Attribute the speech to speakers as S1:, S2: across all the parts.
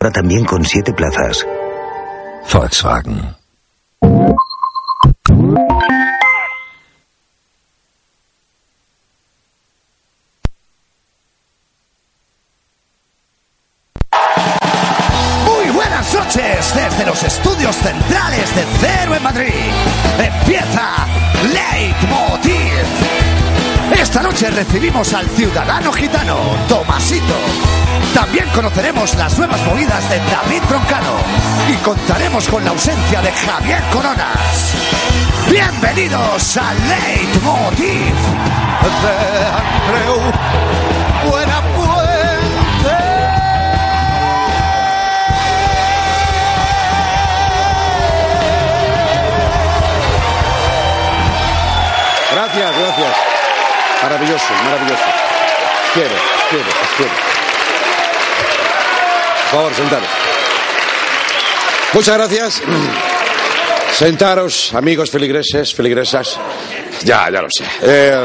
S1: Ahora también con siete plazas.
S2: Volkswagen.
S3: Muy buenas noches desde los estudios centrales de Cero en Madrid. Empieza Leitmotiv. Esta noche recibimos al ciudadano gitano, Tomasito. También conoceremos las nuevas movidas de David Broncano y contaremos con la ausencia de Javier Coronas. Bienvenidos a Leitmotiv. De Andreu, buena
S4: Gracias, gracias. Maravilloso, maravilloso. Os Quiero, os quiero, os quiero. Por favor, sentaros. Muchas gracias. Sentaros, amigos feligreses, feligresas. Ya, ya lo sé. Eh,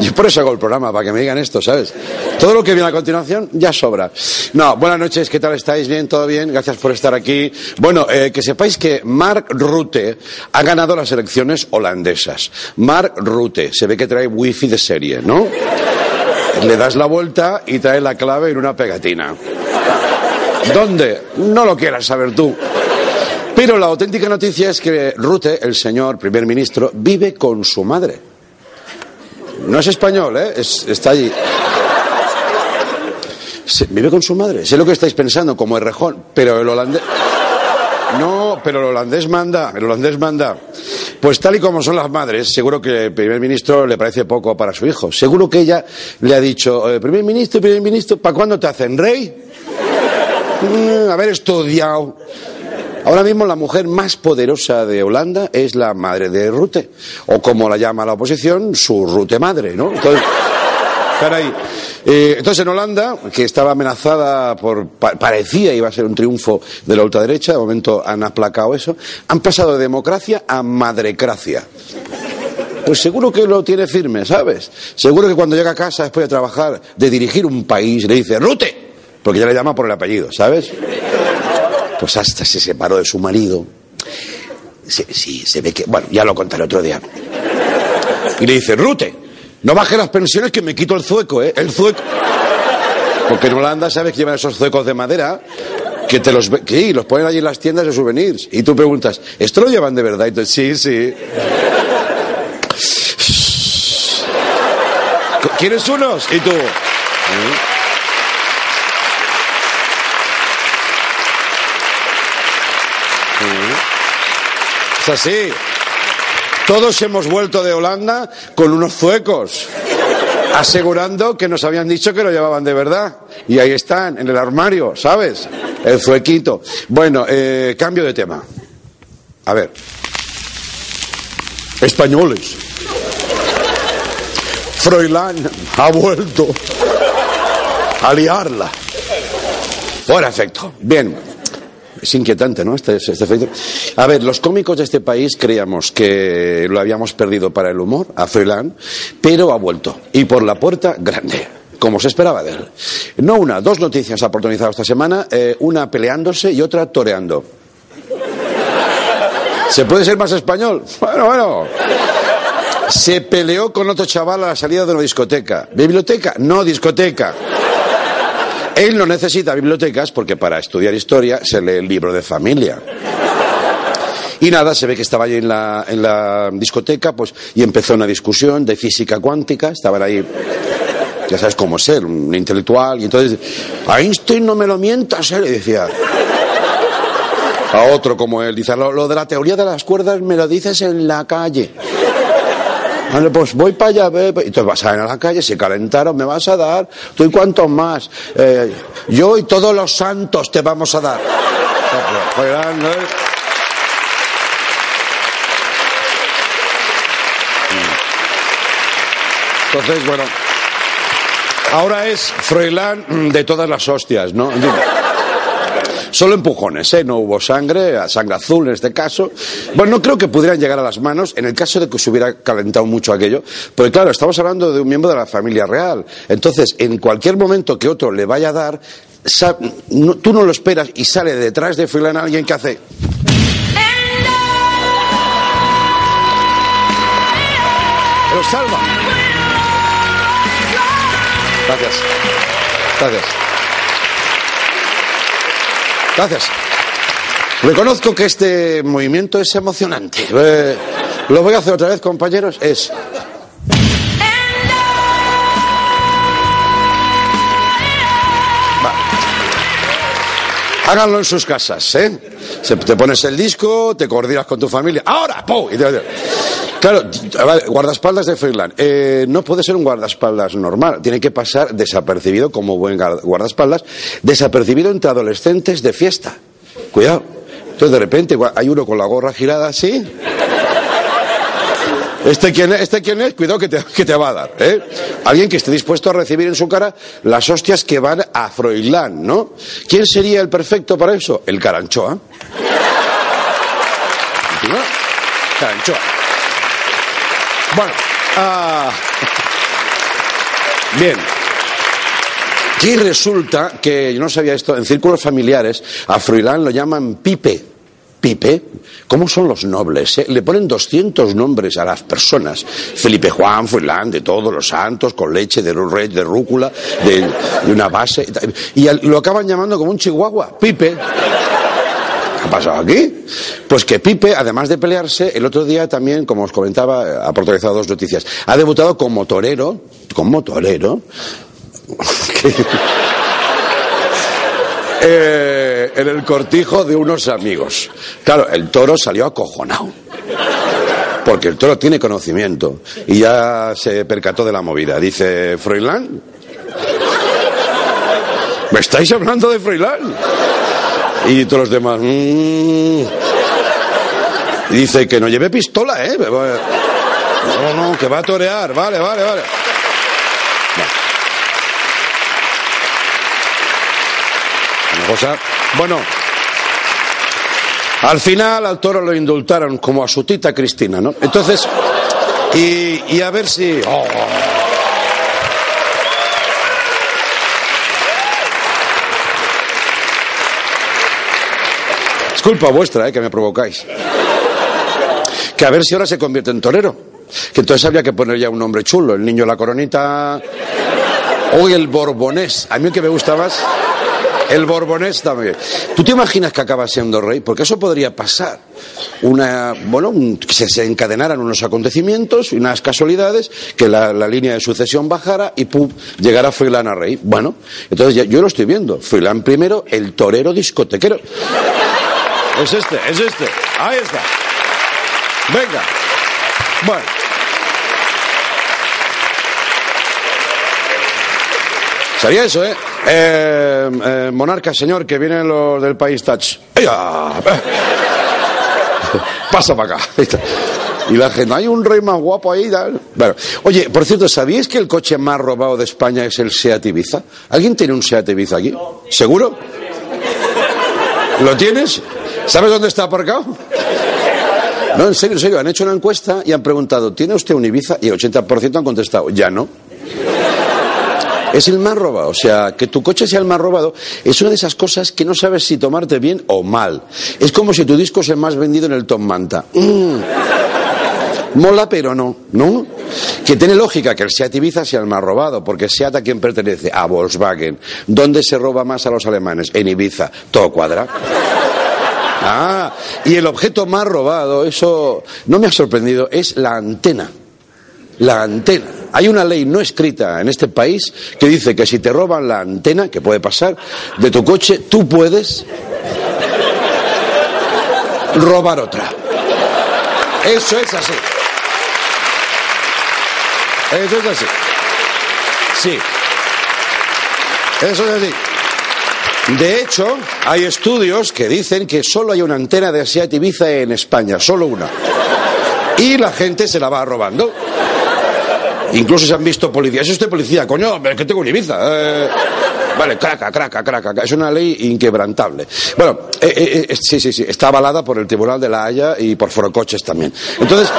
S4: yo por eso hago el programa, para que me digan esto, ¿sabes? Todo lo que viene a continuación ya sobra. No, buenas noches, ¿qué tal estáis? ¿Bien? ¿Todo bien? Gracias por estar aquí. Bueno, eh, que sepáis que Mark Rutte ha ganado las elecciones holandesas. Mark Rutte, se ve que trae wifi de serie, ¿no? Le das la vuelta y trae la clave en una pegatina. ¿Dónde? No lo quieras saber tú. Pero la auténtica noticia es que Rutte, el señor primer ministro, vive con su madre. No es español, ¿eh? Es- está allí. Se- vive con su madre. Sé lo que estáis pensando, como el rejón, pero el holandés. No, pero el holandés manda, el holandés manda. Pues tal y como son las madres, seguro que el primer ministro le parece poco para su hijo. Seguro que ella le ha dicho, eh, primer ministro, primer ministro, ¿para cuándo te hacen rey? Mm, haber estudiado. Ahora mismo la mujer más poderosa de Holanda es la madre de Rute, o como la llama la oposición, su Rute madre, ¿no? Entonces, caray. Eh, entonces en Holanda, que estaba amenazada por, pa- parecía iba a ser un triunfo de la ultraderecha, de momento han aplacado eso, han pasado de democracia a madrecracia. Pues seguro que lo tiene firme, ¿sabes? Seguro que cuando llega a casa después de trabajar, de dirigir un país, le dice, Rute, porque ya le llama por el apellido, ¿sabes? pues hasta se separó de su marido. Se- sí, se ve que. Bueno, ya lo contaré otro día. Y le dice, Rute, no bajes las pensiones que me quito el zueco, ¿eh? El zueco. Porque en Holanda sabes que llevan esos zuecos de madera que te los, ve- que sí, los ponen allí en las tiendas de souvenirs. Y tú preguntas, ¿esto lo llevan de verdad? Y tú, sí, sí. ¿Quieres unos? Y tú. "Mm". Es así. Todos hemos vuelto de Holanda con unos zuecos, asegurando que nos habían dicho que lo llevaban de verdad. Y ahí están, en el armario, ¿sabes? El zuequito. Bueno, eh, cambio de tema. A ver. Españoles. Froilán ha vuelto a liarla. Fuera efecto. Bien. Es inquietante, ¿no? Este, este efecto. A ver, los cómicos de este país creíamos que lo habíamos perdido para el humor, a Froilán, pero ha vuelto. Y por la puerta grande, como se esperaba de él. No una, dos noticias ha protagonizado esta semana, eh, una peleándose y otra toreando. ¿Se puede ser más español? Bueno, bueno. Se peleó con otro chaval a la salida de una discoteca. ¿Biblioteca? No, discoteca. Él no necesita bibliotecas porque para estudiar historia se lee el libro de familia. Y nada, se ve que estaba allí en la, en la discoteca pues, y empezó una discusión de física cuántica. Estaban ahí, ya sabes cómo ser, un intelectual. Y entonces, a Einstein no me lo mientas, ¿eh? le decía. A otro como él, dice, lo, lo de la teoría de las cuerdas me lo dices en la calle. Vale, pues voy para allá, ve, ve. Y entonces vas a ir a la calle, se calentaron, me vas a dar. ¿Tú y cuántos más? Eh, yo y todos los santos te vamos a dar. Fue grande, ¿eh? Entonces, bueno. Ahora es Froilán mm, de todas las hostias, ¿no? Digo, Solo empujones, ¿eh? No hubo sangre, sangre azul en este caso. Bueno, no creo que pudieran llegar a las manos en el caso de que se hubiera calentado mucho aquello. Porque claro, estamos hablando de un miembro de la familia real. Entonces, en cualquier momento que otro le vaya a dar, sa- no- tú no lo esperas y sale detrás de Froilán alguien que hace... Lo salva. Gracias. Gracias. Gracias. Reconozco que este movimiento es emocionante. Eh, lo voy a hacer otra vez, compañeros. Es. Vale. Háganlo en sus casas, ¿eh? Se- te pones el disco, te coordinas con tu familia. ¡Ahora! ¡Pum! Y te- Claro, t- a ver, guardaespaldas de Freeland. Eh, no puede ser un guardaespaldas normal. Tiene que pasar desapercibido como buen gar- guardaespaldas, desapercibido entre adolescentes de fiesta. Cuidado. Entonces, de repente, gua- hay uno con la gorra girada así. ¿Este quién es? ¿Este quién es? Cuidado que te, que te va a dar, ¿eh? Alguien que esté dispuesto a recibir en su cara las hostias que van a Froilán, ¿no? ¿Quién sería el perfecto para eso? El caranchoa. ¿No? Caranchoa. Bueno, ah, bien. Aquí resulta que, yo no sabía esto, en círculos familiares a Froilán lo llaman Pipe. Pipe, ¿cómo son los nobles? eh? Le ponen 200 nombres a las personas. Felipe Juan, Froilán, de todos los santos, con leche de ru- red, de rúcula, de, de una base. y tal. Y al- lo acaban llamando como un chihuahua, Pipe. ¿Qué ha pasado aquí? Pues que Pipe, además de pelearse, el otro día también, como os comentaba, ha protagonizado dos noticias. Ha debutado como torero, como torero, eh, en el cortijo de unos amigos. Claro, el toro salió acojonado. Porque el toro tiene conocimiento y ya se percató de la movida. Dice, Froilán, ¿me estáis hablando de Froilán? Y todos los demás, "Mm". Y dice que no lleve pistola, ¿eh? No, no, que va a torear. Vale, vale, vale. Una cosa. Bueno. Al final al toro lo indultaron como a su tita Cristina, ¿no? Entonces, y, y a ver si... oh. Es culpa vuestra, ¿eh? Que me provocáis que a ver si ahora se convierte en torero. Que entonces habría que poner ya un nombre chulo, el niño de la coronita o el borbonés. A mí el que me gusta más, el borbonés también. ¿Tú te imaginas que acaba siendo rey? Porque eso podría pasar. Una, bueno, un- que se, se encadenaran unos acontecimientos, unas casualidades, que la, la línea de sucesión bajara y pum, llegara Froilán a rey. Bueno, entonces ya- yo lo estoy viendo. Froilán primero, el torero discotequero. Es este, es este. Ahí está. Venga. Bueno. Sería eso, ¿eh? Eh, eh, Monarca, señor, que vienen los del país Touch. ¡Ea! Pasa para acá. Ahí está. Y la gente, hay un rey más guapo ahí. tal. Bueno, oye, por cierto, ¿sabíais que el coche más robado de España es el Seat Ibiza? ¿Alguien tiene un Seat Ibiza aquí? ¿Seguro? ¿Lo tienes? ¿Sabes dónde está aparcado? No, en serio, en serio. Han hecho una encuesta y han preguntado, ¿tiene usted un Ibiza? Y el 80% han contestado, ya no. Es el más robado. O sea, que tu coche sea el más robado es una de esas cosas que no sabes si tomarte bien o mal. Es como si tu disco sea el más vendido en el Tom Manta. Mm. Mola, pero no, ¿no? Que tiene lógica que el Seat Ibiza sea el más robado, porque Seat a quién pertenece? A Volkswagen. ¿Dónde se roba más a los alemanes? En Ibiza. Todo cuadra. Ah, y el objeto más robado, eso no me ha sorprendido, es la antena. La antena. Hay una ley no escrita en este país que dice que si te roban la antena, que puede pasar, de tu coche, tú puedes robar otra. Eso es así. Eso es así. Sí. Eso es así. De hecho, hay estudios que dicen que solo hay una antena de Seat Ibiza en España, solo una. Y la gente se la va robando. Incluso se han visto policías. ¿Es usted policía? Coño, pero es que tengo un Ibiza. Eh, Vale, craca, craca, craca. Es una ley inquebrantable. Bueno, eh, eh, eh, sí, sí, sí. Está avalada por el Tribunal de la Haya y por Forocoches también. Entonces.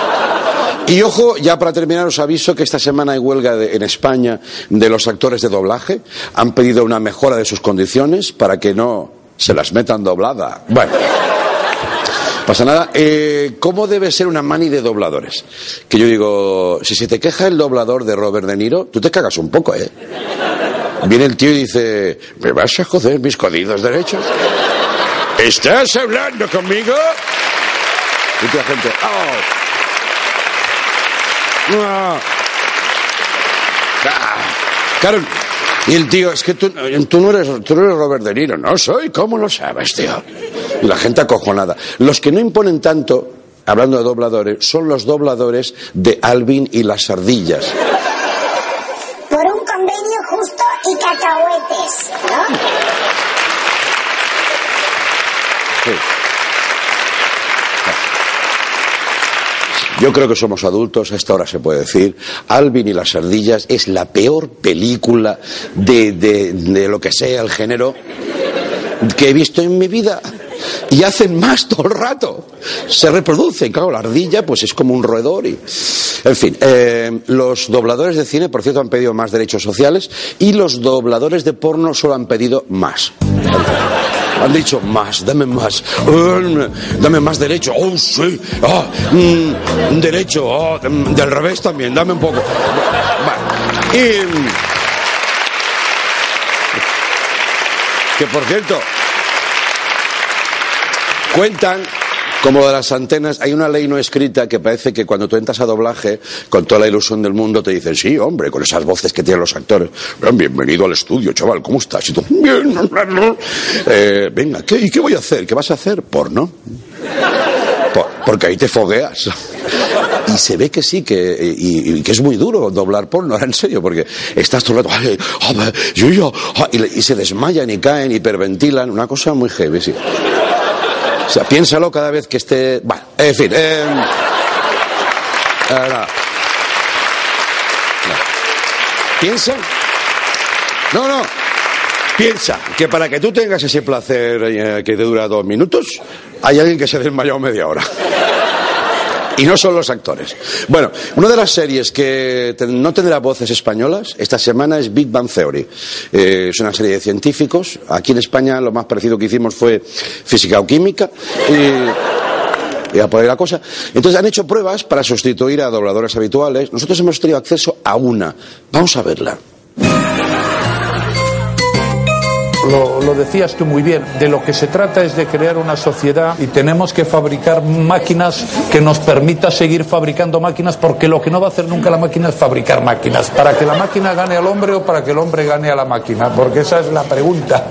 S4: Y ojo, ya para terminar os aviso que esta semana hay huelga de- en España de los actores de doblaje. Han pedido una mejora de sus condiciones para que no se las metan doblada. Bueno. Pasa nada. Eh, ¿Cómo debe ser una mani de dobladores? Que yo digo, si se te queja el doblador de Robert De Niro, tú te cagas un poco, ¿eh? Viene el tío y dice, ¿me vas a joder mis jodidos derechos? ¿Estás hablando conmigo? Y la gente, "Oh". No. Ah, Claro. Y el tío, es que tú, eh, tú no eres, tú no eres Robert De Niro. No soy, ¿cómo lo sabes, tío? Y la gente acojonada. Los que no imponen tanto, hablando de dobladores, son los dobladores de Alvin y las ardillas.
S5: por un convenio justo y cacahuetes, ¿no?
S4: Sí. Yo creo que somos adultos, a esta hora se puede decir. Alvin y las ardillas es la peor película de, de- de lo que sea el género que he visto en mi vida. Y hacen más todo el rato. Se reproducen. Claro, la ardilla pues es como un roedor. Y... En fin, eh, los dobladores de cine, por cierto, han pedido más derechos sociales y los dobladores de porno solo han pedido más. Han dicho más, dame más, eh, dame más derecho. Oh, sí, ah, mm, derecho, ah, mm, del revés también, dame un poco. Vale. Y, mm, que por cierto, cuentan. Como lo de las antenas, hay una ley no escrita que parece que cuando tú entras a doblaje, con toda la ilusión del mundo, te dicen, sí, hombre, con esas voces que tienen los actores, "Bien, bienvenido al estudio, chaval, ¿cómo estás? Y tú, bien, eh, venga, ¿qué, ¿y qué voy a hacer? ¿Qué vas a hacer? Porno. Por- porque ahí te fogueas. Y se ve que sí, que, y, y que es muy duro doblar porno, ahora en serio, porque estás todo el rato, "Ay, a ver, yo, yo", y, le- y se desmayan y caen, hiperventilan, una cosa muy heavy, sí. O sea, piénsalo cada vez que esté... Bueno, en fin. eh, eh, no. No. Piensa. No, no. Piensa que para que tú tengas ese placer eh, que te dura dos minutos, hay alguien que se ha desmayado media hora. Y no son los actores. Bueno, una de las series que ten- no tendrá voces españolas esta semana es Big Bang Theory. Eh, es una serie de científicos. Aquí en España lo más parecido que hicimos fue física o química. Y, y a por ahí la cosa. Entonces han hecho pruebas para sustituir a dobladores habituales. Nosotros hemos tenido acceso a una. Vamos a verla.
S6: Lo, lo decías tú muy bien, de lo que se trata es de crear una sociedad y tenemos que fabricar máquinas que nos permita seguir fabricando máquinas porque lo que no va a hacer nunca la máquina es fabricar máquinas. ¿Para que la máquina gane al hombre o para que el hombre gane a la máquina? Porque esa es la pregunta.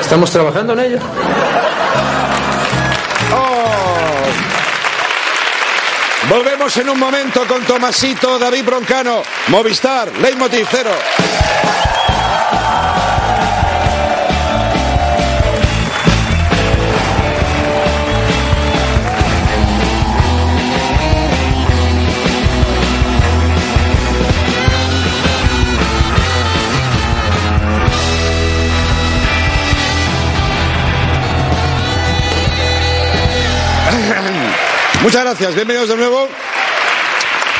S7: Estamos trabajando en ello.
S4: Volvemos en un momento con Tomasito, David Broncano, Movistar, Leitmotiv Cero. Muchas gracias, bienvenidos de nuevo.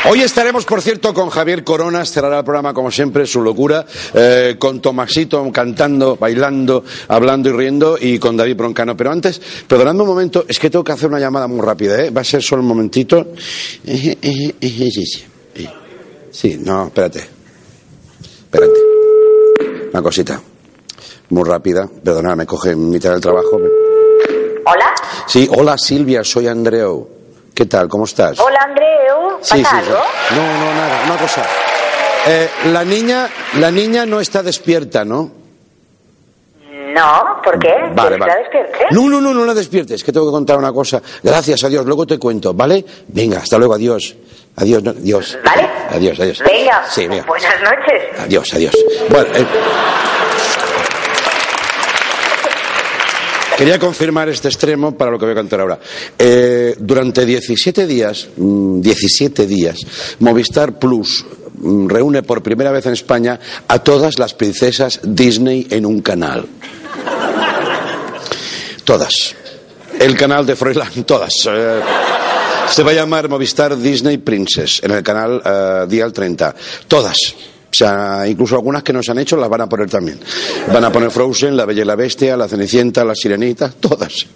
S4: Hoy estaremos, por cierto, con Javier Coronas, cerrará el programa como siempre, su locura, eh, con Tomasito cantando, bailando, hablando y riendo, y con David Broncano. Pero antes, perdonadme un momento, es que tengo que hacer una llamada muy rápida, ¿eh? Va a ser solo un momentito. Sí, no, espérate. Espérate. Una cosita. Muy rápida, perdonad, me coge en mitad del trabajo.
S8: Hola.
S4: Sí, hola Silvia, soy Andreu. ¿Qué tal? ¿Cómo estás?
S8: Hola, Andreu. ¿Pasa
S4: Sí, sí,
S8: algo?
S4: sí. No, no, nada, una cosa. Eh, la niña, la niña no está despierta, ¿no?
S8: No, ¿por qué? ¿Quieres que
S4: Vale,
S8: la
S4: vale.
S8: despierte?
S4: No, no, no, no la despiertes, que tengo que contar una cosa. Gracias, adiós, luego te cuento, ¿vale? Venga, hasta luego, adiós. Adiós, no, adiós.
S8: Vale,
S4: Adiós, adiós.
S8: Venga, Pues
S4: Sí, venga.
S8: buenas noches.
S4: Adiós, adiós. Bueno, eh, quería confirmar este extremo para lo que voy a contar ahora. Eh, durante 17 días, mm, 17 días, Movistar Plus mm, reúne por primera vez en España a todas las princesas Disney en un canal. Todas. El canal de Froilán, todas. Eh, se va a llamar Movistar Disney Princess en el canal eh, Dial 30. Todas. O sea, incluso algunas que no se han hecho las van a poner también. Van a poner Frozen, La Bella y la Bestia, La Cenicienta, La Sirenita, todas.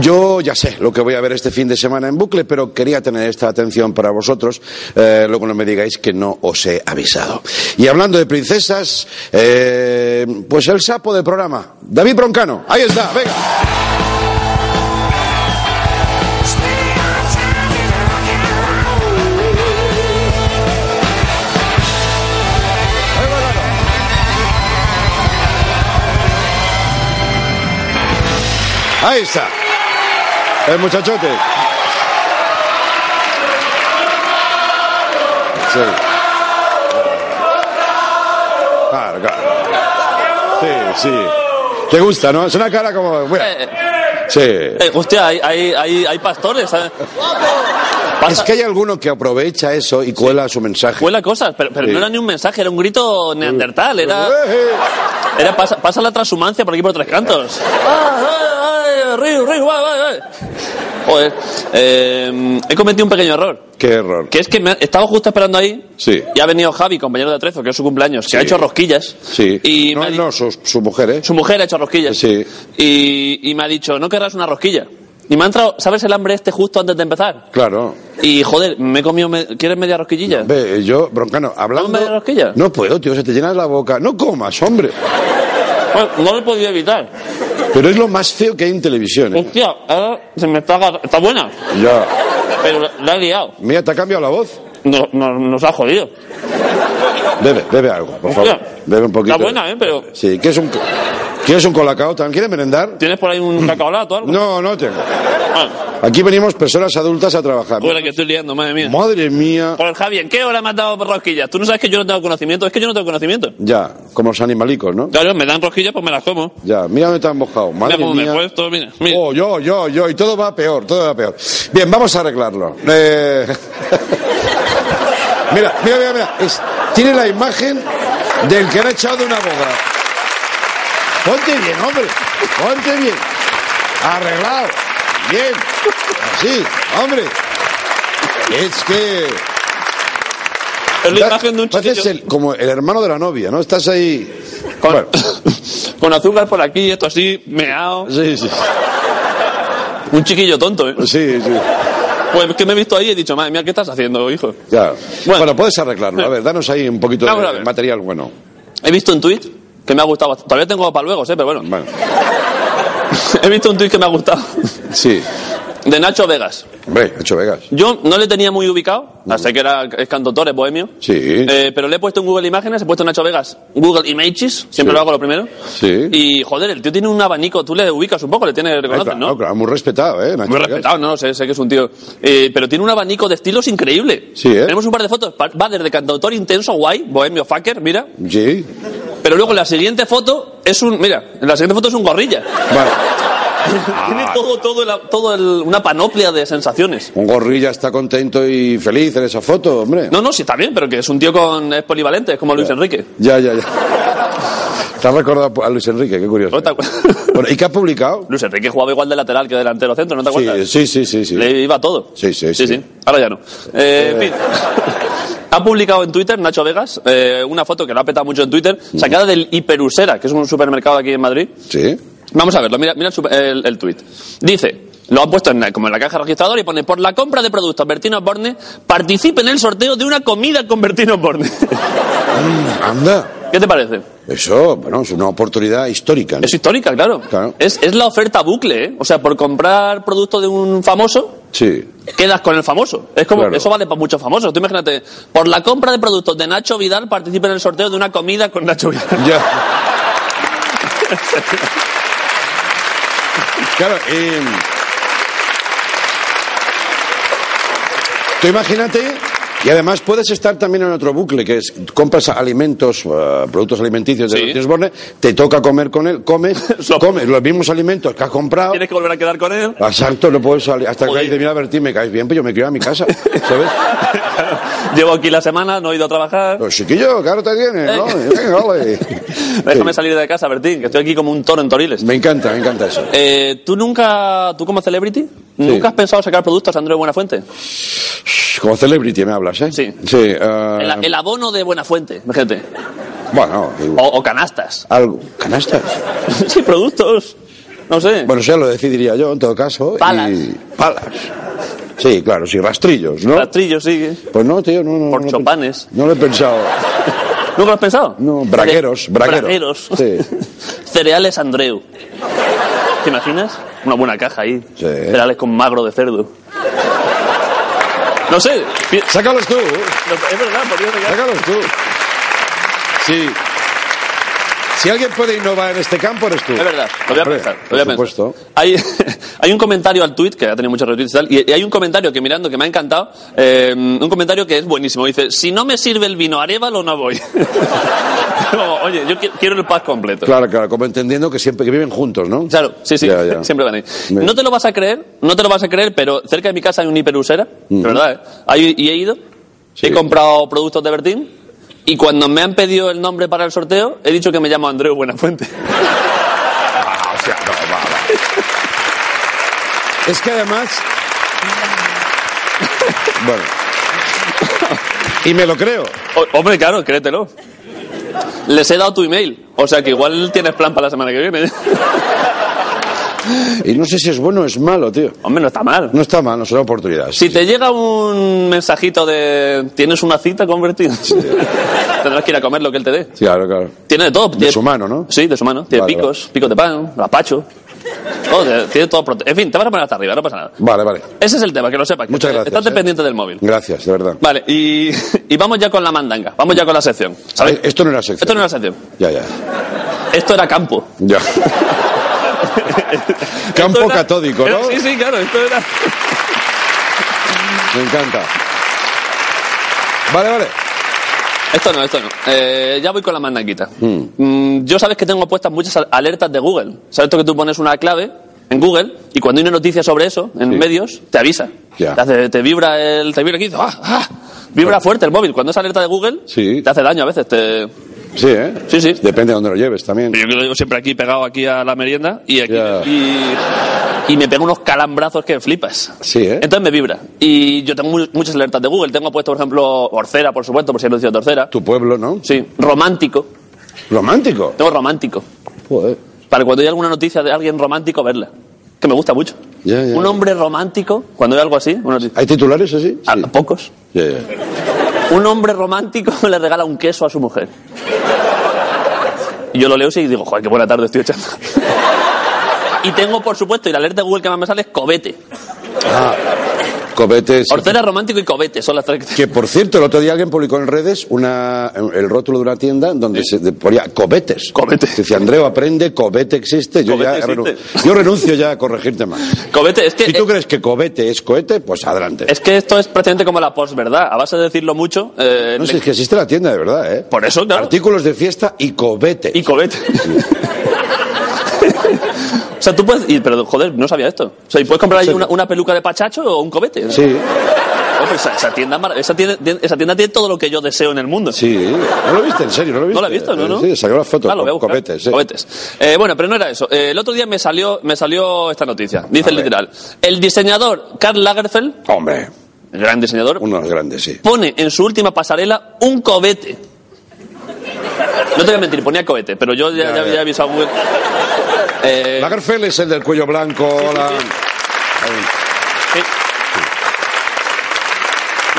S4: Yo ya sé lo que voy a ver este fin de semana en bucle, pero quería tener esta atención para vosotros. eh, luego no me digáis que no os he avisado. Y hablando de princesas, eh, pues el sapo del programa, David Broncano. Ahí está, venga. Ahí está. El muchachote. Sí. Claro, claro. Sí, sí. Te gusta, ¿no? Es una cara como. bueno, sí.
S9: Eh, hostia, hay, hay, hay, hay pastores. ¿sabes? Pasa-
S4: Es que hay alguno que aprovecha eso y cuela su mensaje.
S9: Huele a cosas, pero, pero
S4: Sí.
S9: no era ni un mensaje, era un grito neandertal, era,
S4: Eh,
S9: era pasa, pasa la transhumancia por aquí por tres cantos. ¡Ay, ay, ay! ah, eh, ¡Río, río! ¡Ay, ay, ay! Joder, eh, he cometido un pequeño error.
S4: Qué error.
S9: Que es que me, estaba justo esperando ahí
S4: Sí.
S9: y ha venido Javi, compañero de Atrezo, que es su cumpleaños, que
S4: Sí.
S9: ha hecho rosquillas.
S4: Sí.
S9: Y
S4: no,
S9: me ha di-
S4: no, su, su mujer, ¿eh?
S9: Su mujer ha hecho rosquillas.
S4: Sí.
S9: Y, y me ha dicho, no querrás una rosquilla. Y me ha entrado, ¿sabes el hambre este justo antes de empezar?
S4: Claro.
S9: Y joder, me he comido. me- ¿Quieres media rosquillilla?
S4: Ve, yo, broncano, hablando.
S9: media rosquilla?
S4: No puedo, tío, se te llena la boca. No comas, hombre.
S9: Bueno, no lo he podido evitar.
S4: Pero es lo más feo que hay en televisión, ¿eh?
S9: Hostia, ahora se me está agarra- Está buena,
S4: Ya.
S9: pero la, la he liado.
S4: Mira, te ha cambiado la voz.
S9: No- no- nos ha jodido.
S4: Bebe, bebe algo, por favor.
S9: Hostia.
S4: Bebe un poquito.
S9: Está buena, ¿eh? Pero-
S4: Sí, ¿quieres un, ¿quieres un colacao también? ¿Quieres merendar?
S9: ¿Tienes por ahí un cacaolato o algo?
S4: No, no tengo.
S9: Ah,
S4: Aquí venimos personas adultas a trabajar.
S9: joder, que estoy liando, madre mía.
S4: Madre mía.
S9: Por el Javi, ¿en qué hora me has dado por rosquillas? Tú no sabes que yo no tengo conocimiento. Es que yo no tengo conocimiento.
S4: Ya, como los animalicos, ¿no?
S9: Claro, me dan rosquillas, pues me las como.
S4: Ya, mira dónde te han mojado. Madre
S9: mira cómo me
S4: mía.
S9: he puesto, mira. mira.
S4: Oh, yo, yo, yo, y todo va peor, todo va peor. Bien, vamos a arreglarlo. Eh, mira, mira, mira, mira. Es- tiene la imagen del que han echado de una boda. Ponte bien, hombre. Ponte bien. Arreglado. Bien. Así, hombre. Es que.
S9: es la imagen de un
S4: Pareces
S9: chiquillo
S4: el- como el hermano de la novia, ¿no? Estás ahí.
S9: con,
S4: Bueno,
S9: con azúcar por aquí, esto así, meao.
S4: sí, sí.
S9: Un chiquillo tonto, ¿eh?
S4: Sí, sí.
S9: Pues es que me he visto ahí y he dicho, madre mía, ¿qué estás haciendo, hijo?
S4: Ya. Bueno,
S9: Bueno.
S4: puedes arreglarlo. A ver, danos ahí un poquito
S9: Vamos a
S4: de
S9: ver.
S4: material bueno.
S9: He visto un tuit que me ha gustado bastante. Todavía tengo para luego, ¿eh? Pero bueno.
S4: Bueno,
S9: He visto un tuit que me ha gustado
S4: sí.
S9: de Nacho Vegas.
S4: Hombre, Nacho Vegas.
S9: Yo no le tenía muy ubicado, hasta que era es cantautor, es bohemio.
S4: Sí.
S9: Eh, pero le he puesto en Google Imágenes, he puesto Nacho Vegas, Google Images, siempre
S4: Sí.
S9: lo hago lo primero.
S4: Sí.
S9: Y joder, el tío tiene un abanico, tú le ubicas un poco, le tienes, le
S4: Ahí está.
S9: reconoces, ¿no?
S4: claro, muy respetado, ¿eh? Nacho
S9: Muy
S4: Vegas.
S9: respetado, no, sé, sé que es un tío. Eh, pero tiene un abanico de estilos increíble.
S4: Sí, ¿eh?
S9: Tenemos un par de fotos. pa- Va desde cantautor intenso, guay, bohemio fucker, mira.
S4: Sí.
S9: Pero luego la siguiente foto es un. Mira, la siguiente foto es un gorrilla.
S4: Vale. Ah.
S9: Tiene todo, todo, el- todo el- una panoplia de sensaciones.
S4: Un gorrilla está contento y feliz en esa foto, hombre.
S9: No, no, sí está bien, pero que es un tío con. es polivalente, es como Luis Enrique.
S4: Ya, ya, ya. Te has recordado a Luis Enrique, qué curioso.
S9: No te acuerdas.
S4: Bueno, ¿y qué ha publicado?
S9: Luis Enrique jugaba igual de lateral que de delantero centro, ¿no te acuerdas?
S4: Sí, sí, sí, sí. sí.
S9: Le iba todo.
S4: Sí, sí, sí.
S9: Ahora ya no. Eh, en fin. Ha publicado en Twitter, Nacho Vegas, eh, una foto que lo ha petado mucho en Twitter,
S4: Mm.
S9: sacada del Hiperusera, que es un supermercado aquí en Madrid.
S4: Sí.
S9: Vamos a verlo, mira, mira el, supe- el- el tuit. Dice, lo han puesto en la- como en la caja registradora y pone, por la compra de productos Bertino Borne, participe en el sorteo de una comida con Bertino Borne.
S4: Anda.
S9: ¿Qué te parece?
S4: Eso, bueno, es una oportunidad histórica. ¿no?
S9: Es histórica, claro.
S4: Claro.
S9: Es, es la oferta bucle, ¿eh? O sea, por comprar producto de un famoso,
S4: Sí.
S9: quedas con el famoso. Es como,
S4: Claro.
S9: eso vale para muchos famosos. Tú imagínate, por la compra de productos de Nacho Vidal, participe en el sorteo de una comida con Nacho Vidal.
S4: Ya. Claro, eh, tú imagínate Y además puedes estar también en otro bucle, que es compras alimentos, eh, productos alimenticios de
S9: Sí.
S4: Martínez Borne, te toca comer con él, comes, comes los mismos alimentos que has comprado.
S9: Tienes que volver a quedar con él.
S4: Exacto, no puedes salir. Hasta que
S9: Joder.
S4: dice, mira, Bertín, me caes bien, pero yo me quiero ir a mi casa, ¿sabes?
S9: Llevo aquí la semana, no he ido a trabajar.
S4: Los chiquillos, claro te tienes, ¿no?
S9: Eh.
S4: Venga, ole.
S9: Déjame salir de casa, Bertín, que estoy aquí como un toro en toriles.
S4: Me encanta, me encanta eso.
S9: Eh, ¿Tú nunca, tú como celebrity, nunca has pensado sacar productos a Andrés Buenafuente?
S4: Como celebrity me hablas, ¿eh?
S9: Sí.
S4: Sí. ah,
S9: El, el abono de Buenafuente, fíjate.
S4: Bueno, digo,
S9: O, o canastas.
S4: algo. ¿Canastas?
S9: sí, productos. No sé.
S4: Bueno, ya lo decidiría yo, en todo caso. y-
S9: Palas.
S4: Palas. Sí, claro, sí, rastrillos, ¿no?
S9: Rastrillos, sí.
S4: Pues no, tío, no, no. no,
S9: Porchopanes.
S4: No lo he pensado.
S9: ¿Nunca lo has pensado? Eh,
S4: No, bragueros, bragueros.
S9: Bragueros. Cereales Andreu. ¿Te imaginas? Una buena caja ahí.
S4: Sí.
S9: Cereales con magro de cerdo. No sé. pi-
S4: Sácalos tú,
S9: no, Es verdad, por Dios, ya-
S4: sácalos tú. Sí. Si alguien puede innovar en este campo, eres tú.
S9: Es verdad, lo voy a
S4: Hombre,
S9: pensar. Lo
S4: por
S9: voy a
S4: supuesto.
S9: pensar. Hay, hay un comentario al tuit, que ha tenido muchos retweets y tal, y, y hay un comentario que mirando que me ha encantado, eh, un comentario que es buenísimo. Dice, si no me sirve el vino arévalo, no voy. Como, Oye, yo qui- quiero el pack completo.
S4: Claro, claro, como entendiendo que siempre que viven juntos, ¿no?
S9: Claro, sí, sí,
S4: Ya, ya.
S9: siempre van ahí.
S4: Me-
S9: No te lo vas a creer, no te lo vas a creer, pero cerca de mi casa hay un hiperusera, de verdad, ¿eh? Ahí- y he ido,
S4: Mm. Sí.
S9: he comprado productos de Bertín, y cuando me han pedido el nombre para el sorteo, he dicho que me llamo Andreu Buenafuente.
S4: Ah, o sea, no, va, va. Es que además. Bueno. Y me lo creo.
S9: O- hombre, claro, créetelo. Les he dado tu email, o sea que igual tienes plan para la semana que viene.
S4: Y no sé si es bueno o es malo, tío.
S9: hombre, no está mal.
S4: No está mal, no será oportunidad.
S9: Si te llega un mensajito de tienes una cita con Bertín, tendrás que ir a comer lo que él te dé.
S4: Sí, Claro, claro.
S9: Tiene de todo. De
S4: su mano, ¿no?
S9: Sí, de su mano. Tiene
S4: Vale,
S9: picos, picos de pan, apacho. Todo, tiene- tiene todo. prote- En fin, te van a poner hasta arriba, no pasa nada.
S4: Vale, vale.
S9: Ese es el tema, que lo sepas. que
S4: Muchas
S9: te-
S4: gracias.
S9: Estate
S4: ¿eh?
S9: pendiente del móvil.
S4: Gracias, de verdad.
S9: Vale, y, y vamos ya con la mandanga. Vamos ya con la sección. ¿sabes?
S4: Ah, esto no era sección.
S9: Esto no era sección.
S4: Ya, ya.
S9: Esto era campo.
S4: Ya. Campo
S9: Esto era-
S4: catódico,
S9: era-
S4: ¿no?
S9: sí, sí, claro. Esto era...
S4: Me encanta. Vale, vale.
S9: Esto no, esto no. Eh, ya voy con la mandanguita.
S4: Hmm.
S9: Mm, yo sabes que tengo puestas muchas al- alertas de Google. ¿Sabes esto que tú pones una clave en Google y cuando hay una noticia sobre eso en
S4: Sí.
S9: medios te avisa?
S4: Ya.
S9: Te, hace- te vibra el te vibra aquí, dices, ¡ah! ah! Vibra fuerte el móvil. Cuando es alerta de Google
S4: Sí.
S9: te hace daño a veces. Te...
S4: Sí, ¿eh?
S9: Sí, sí.
S4: Depende de dónde lo lleves también.
S9: Yo que lo digo siempre aquí pegado aquí a la merienda y aquí
S4: Ya.
S9: y, y me pega unos calambrazos que flipas.
S4: Sí, ¿eh?
S9: Entonces me vibra. Y yo tengo mu- muchas alertas de Google. Tengo puesto, por ejemplo, Orcera, por supuesto, por si he dicho Orcera.
S4: Tu pueblo, ¿no?
S9: Sí, romántico.
S4: Romántico.
S9: Tengo romántico.
S4: Joder.
S9: Para cuando hay alguna noticia de alguien romántico, verla. Que me gusta mucho.
S4: Ya, ya.
S9: Un hombre romántico, cuando hay algo así, una noticia-
S4: ¿Hay titulares así?
S9: a-
S4: Sí.
S9: pocos.
S4: Ya, ya.
S9: Un hombre romántico le regala un queso a su mujer. Y yo lo leo así y digo, joder, qué buena tarde estoy echando. Y tengo, por supuesto, y la alerta de Google que más me sale es cobete.
S4: Ah, copetes.
S9: Orcera romántico y cobete son las tres que-
S4: Que por cierto, el otro día alguien publicó en redes una, el rótulo de una tienda donde se ponía cobetes.
S9: Cobete.
S4: Dice Andreu, aprende, cobete existe. Yo,
S9: Cobete
S4: ya
S9: existe.
S4: renuncio- yo renuncio ya a corregirte más.
S9: Cobete, es que... eh,
S4: Si tú crees que cobete es cohete, pues adelante.
S9: es que esto es prácticamente como la post, ¿verdad? A base de decirlo mucho... eh,
S4: No
S9: le-
S4: sé, es que existe la tienda de verdad, ¿eh?
S9: Por eso, claro.
S4: Artículos de fiesta y cobete.
S9: Y cobete. o sea, tú puedes. y- pero joder, no sabía esto. O sea, y puedes comprar ahí una, una peluca de pachacho o un cobete.
S4: Sí,
S9: Hombre, esa, esa tienda, es marav- esa, tienda, tiene- esa tienda tiene todo lo que yo deseo en el mundo.
S4: sí. ¿No lo viste en serio? ¿No lo viste? Eh,
S9: No la he visto, ¿no? no?
S4: Sí, salió la foto.
S9: Ah, lo voy a buscar.
S4: cobetes, sí.
S9: Cobetes. Eh, bueno, pero no era eso. Eh, el otro día me salió, me salió esta noticia. Dice
S4: A ver.
S9: literal. El diseñador Karl Lagerfeld,
S4: Hombre,
S9: gran diseñador,
S4: uno de los grandes, sí.
S9: pone en su última pasarela un cohete. No te voy a mentir, ponía cohete, pero yo ya,
S4: Ya,
S9: ya
S4: ya.
S9: había avisado a Google. Eh,
S4: Lagerfeld es el del cuello blanco. la-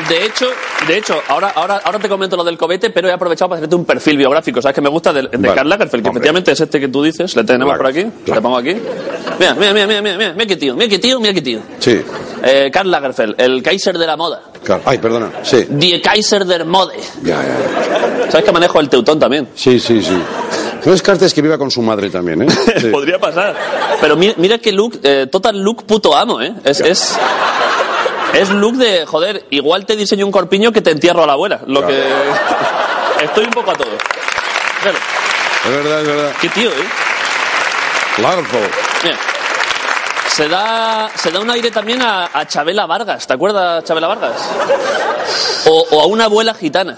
S9: de hecho, de hecho, ahora, ahora, ahora te comento lo del cohete, pero he aprovechado para hacerte un perfil biográfico. ¿Sabes que me gusta del- de,
S4: Vale.
S9: Karl Lagerfeld? Que
S4: Hombre.
S9: efectivamente es este que tú dices. Le tenemos por aquí.
S4: Lagerfeld, claro.
S9: Le pongo aquí. Mira, mira, mira, mira, mira, mira, mira qué tío, mira qué tío, mira qué tío.
S4: Sí,
S9: Eh, Karl Lagerfeld, el Kaiser de la moda.
S4: claro. Ay, perdona. Sí.
S9: Die Kaiser der Mode.
S4: Ya, ya.
S9: ¿Sabes que manejo el teutón también?
S4: Sí, sí, sí. No descartes que viva con su madre también, ¿eh? Sí.
S9: Podría pasar. Pero mi- mira, que look, eh, total look puto amo, ¿eh? Es, es, Es look de, joder, igual te diseño un corpiño que te entierro a la abuela. Lo
S4: Claro.
S9: que. Estoy un poco a todo. Claro.
S4: Es verdad, es verdad.
S9: Qué tío, ¿eh?
S4: Largo.
S9: Bien. Se da, se da un aire también a, a Chabela Vargas, ¿te acuerdas Chabela Vargas? O, o a una abuela gitana.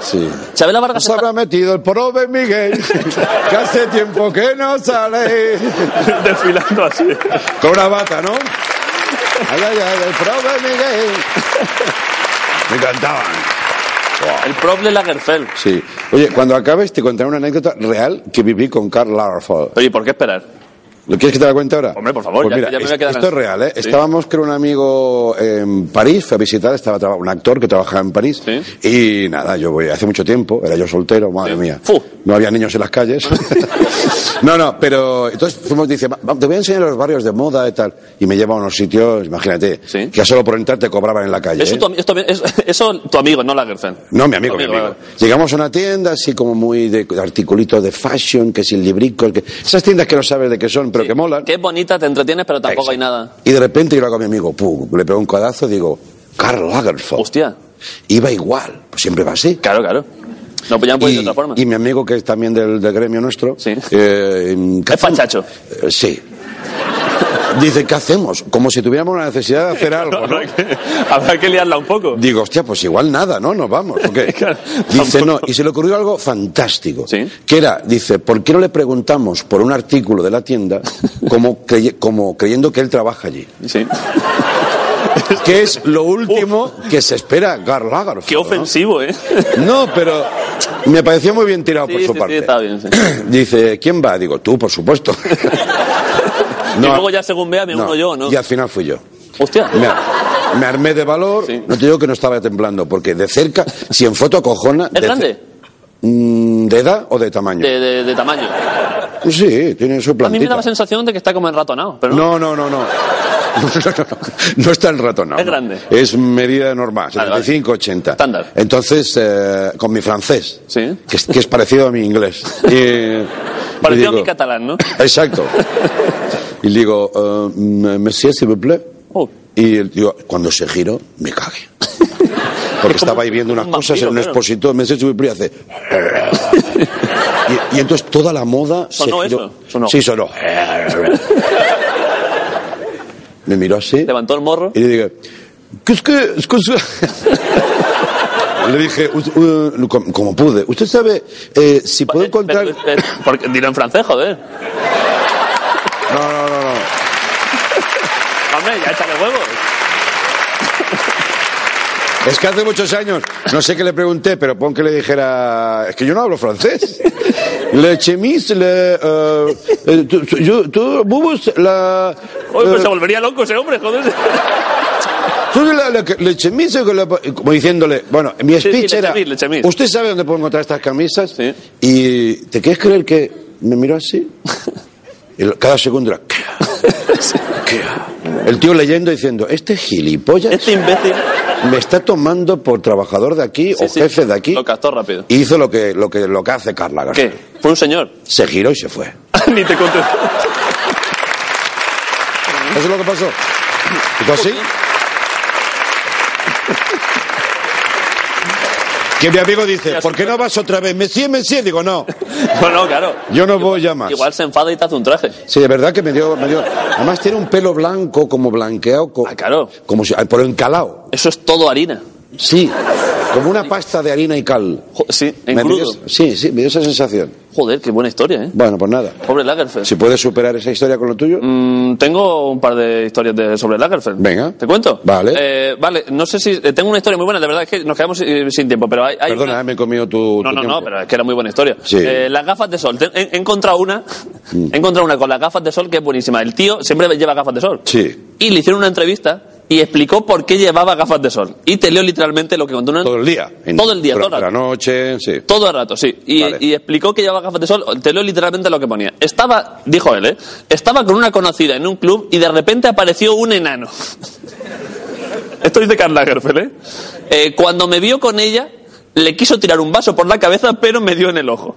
S4: Sí.
S9: Chabela Vargas
S4: Nos habrá metido el prove Miguel, que hace tiempo que no sale.
S9: está desfilando así.
S4: Con una bata, ¿no? Ay, ay, ay, el prove Miguel. Me encantaban.
S9: El proble Lagerfeld.
S4: Sí. Oye, cuando acabes te contaré una anécdota real que viví con Karl Lagerfeld.
S9: Oye, ¿por qué esperar?
S4: ¿Lo quieres que te la cuente ahora?
S9: Hombre, por favor,
S4: Pues
S9: ya-
S4: mira,
S9: ya me voy a
S4: es-
S9: quedar
S4: Esto es
S9: en-
S4: real, ¿eh?
S9: Sí.
S4: Estábamos con un amigo en París, fue a visitar, estaba traba- un actor que trabajaba en París. Y nada, yo voy hace mucho tiempo, era yo soltero, madre mía.
S9: Fu.
S4: No había niños en las calles. no, no, pero entonces fuimos, dice, "Va, te voy a enseñar los barrios de moda y tal. Y me lleva a unos sitios, imagínate,
S9: Sí.
S4: que ya solo por entrar te cobraban en la calle.
S9: Eso
S4: ¿eh?
S9: tu, ami- esto- es- eso tu amigo, no Lagerfeld.
S4: No, mi amigo,
S9: Tu
S4: mi
S9: amigo, eh.
S4: amigo.
S9: vale.
S4: Llegamos a una tienda así como muy de de articulitos de fashion, que si el librico, que... esas tiendas que no sabes de qué son, pero que molan.
S9: Qué bonita, te entretienes, pero tampoco hay nada.
S4: Y de repente yo lo hago a mi amigo, pum, le pego un codazo y digo, Karl Lagerfeld.
S9: Hostia.
S4: Iba igual, pues siempre va así.
S9: Claro, claro. No, pues ya no puedes
S4: Y,
S9: de otra forma.
S4: y mi amigo, que es también del, del gremio nuestro,
S9: Sí.
S4: eh, em, ¿qué
S9: Es
S4: hacemos?
S9: fachacho.
S4: Eh, sí. Dice, ¿qué hacemos? Como si tuviéramos la necesidad de hacer algo. ¿no?
S9: habrá, que, habrá que liarla un poco.
S4: Digo, hostia, pues igual nada, ¿no? Nos vamos. ¿o qué?
S9: Claro,
S4: dice, no,
S9: tampoco.
S4: y se le ocurrió algo fantástico.
S9: Sí.
S4: Que era, dice, ¿por qué no le preguntamos por un artículo de la tienda como, crey- como creyendo que él trabaja allí?
S9: Sí.
S4: Que es lo último que se espera Karl Lagerfeld.
S9: Qué
S4: ¿no?
S9: ofensivo, ¿eh?
S4: ¿no? pero me pareció muy bien tirado
S9: Sí,
S4: por su
S9: sí,
S4: parte.
S9: sí, está bien, sí.
S4: Dice, ¿quién va? Digo, tú, por supuesto.
S9: y luego ya según vea me
S4: no,
S9: uno yo, ¿no?
S4: Y al final fui yo.
S9: Hostia.
S4: Me, me armé de valor.
S9: Sí.
S4: No te digo que no estaba temblando, porque de cerca, si en foto acojona...
S9: ¿Es
S4: de este
S9: grande?
S4: ce- Mm, ¿De edad o de tamaño?
S9: De, de- de tamaño. A
S4: Sí, tiene su
S9: mí me da
S4: plantita.
S9: la sensación de que está como enratonado, pero no.
S4: No, no, no, no. No, no, no. No está el ratón.
S9: Es grande.
S4: Es medida normal,
S9: Vale, vale.
S4: 75, 80.
S9: Estándar.
S4: Entonces, eh, con mi francés,
S9: Sí.
S4: que, es, que es parecido a mi inglés. Y, eh, le
S9: Pareció a
S4: digo-
S9: mi catalán, ¿no?
S4: Exacto. Y le digo, eh, m- monsieur, s'il vous plaît.
S9: Oh.
S4: Y el tío, cuando se giró, me cagué. Porque estaba ahí viendo unas
S9: un
S4: cosas en
S9: vampiro,
S4: un
S9: claro.
S4: expositor, monsieur, s'il vous plaît, hace... Y, y entonces toda la moda
S9: Sonó
S4: se giró.
S9: eso, sonó.
S4: Sí, sonó. Me miró así.
S9: Levantó el morro.
S4: Y le dije, ¿qué es que...? es que es-" le dije, "Us- uh, como, como pude, ¿usted sabe eh, si puedo
S9: Eh, pero-
S4: encontrar...?
S9: eh, Porque dirá en francés, joder.
S4: No, no, no, no.
S9: Hombre, ya échale huevos.
S4: Es que hace muchos años, no sé qué le pregunté, pero pon que le dijera, es que yo no hablo francés. Le chemise, le... eh, eh, tú, tú- yo- tú, bubus, la...
S9: Uy, pues
S4: eh,
S9: se volvería loco ese hombre, joder.
S4: tú la- la- le chemise, que la- como diciéndoli'le, bueno, mi
S9: Sí, sí,
S4: speech
S9: le
S4: era,
S9: chemise, le chemise.
S4: ¿usted sabe dónde puedo encontrar estas camisas?
S9: Sí.
S4: Y, ¿te quieres creer que me miró así? Y lo- cada segundo era, "¿Qué? ¿Qué?". El tío leyendo diciendo, este gilipollas...
S9: Este imbécil.
S4: me está tomando por trabajador de aquí
S9: Sí,
S4: o
S9: sí.
S4: jefe de aquí.
S9: Lo captó rápido.
S4: Y hizo lo que, lo que, lo que hace Carla
S9: ¿Qué? Fue un señor.
S4: Se giró y se fue.
S9: Ni te contestó. Ah.
S4: Eso es lo que pasó. ¿Y tú así? Que mi amigo dice, ¿por qué no vas otra vez? Messi, Messi. Digo, no,
S9: Bueno, claro.
S4: yo no voy ya más.
S9: Igual se enfada y te hace un traje.
S4: Sí, de verdad que me dio, me dio. Además tiene un pelo blanco, como blanqueado. co-
S9: Ah, claro.
S4: Como si, pero encalado.
S9: Eso es todo harina.
S4: Sí. Como una pasta de harina y cal.
S9: Jo- sí, en
S4: Me dio-
S9: crudo.
S4: sí, sí, me dio esa sensación.
S9: Joder, qué buena historia, ¿eh?
S4: Bueno, pues nada.
S9: Pobre Lagerfeld.
S4: Si puedes superar esa historia con lo tuyo.
S9: Mm, tengo un par de historias de, sobre Lagerfeld.
S4: Venga.
S9: ¿Te cuento?
S4: Vale.
S9: Eh, vale, no sé si. eh, tengo una historia muy buena, de verdad es que nos quedamos eh, sin tiempo, pero hay. hay
S4: Perdona,
S9: una-
S4: eh, me he comido tu.
S9: No,
S4: tu
S9: no,
S4: tiempo.
S9: no, pero es que era muy buena historia.
S4: Sí. Mm.
S9: Eh, las gafas de sol. Te- He, he encontrado una. He encontrado una con las gafas de sol que es buenísima. El tío siempre lleva gafas de sol.
S4: Sí.
S9: Y le hicieron una entrevista y explicó por qué llevaba gafas de sol. Y te leo literalmente lo que contó una,
S4: Todo el día.
S9: Todo el
S4: Durante
S9: día, todo el rato.
S4: la noche, sí.
S9: todo el rato, sí. Y,
S4: Vale.
S9: y explicó que llevaba gafas de sol. Te leo literalmente lo que ponía. Estaba, dijo él, ¿eh? Estaba con una conocida en un club y de repente apareció un enano. Esto dice Karl Lagerfeld, ¿eh? Eh, Cuando me vio con ella, le quiso tirar un vaso por la cabeza, pero me dio en el ojo.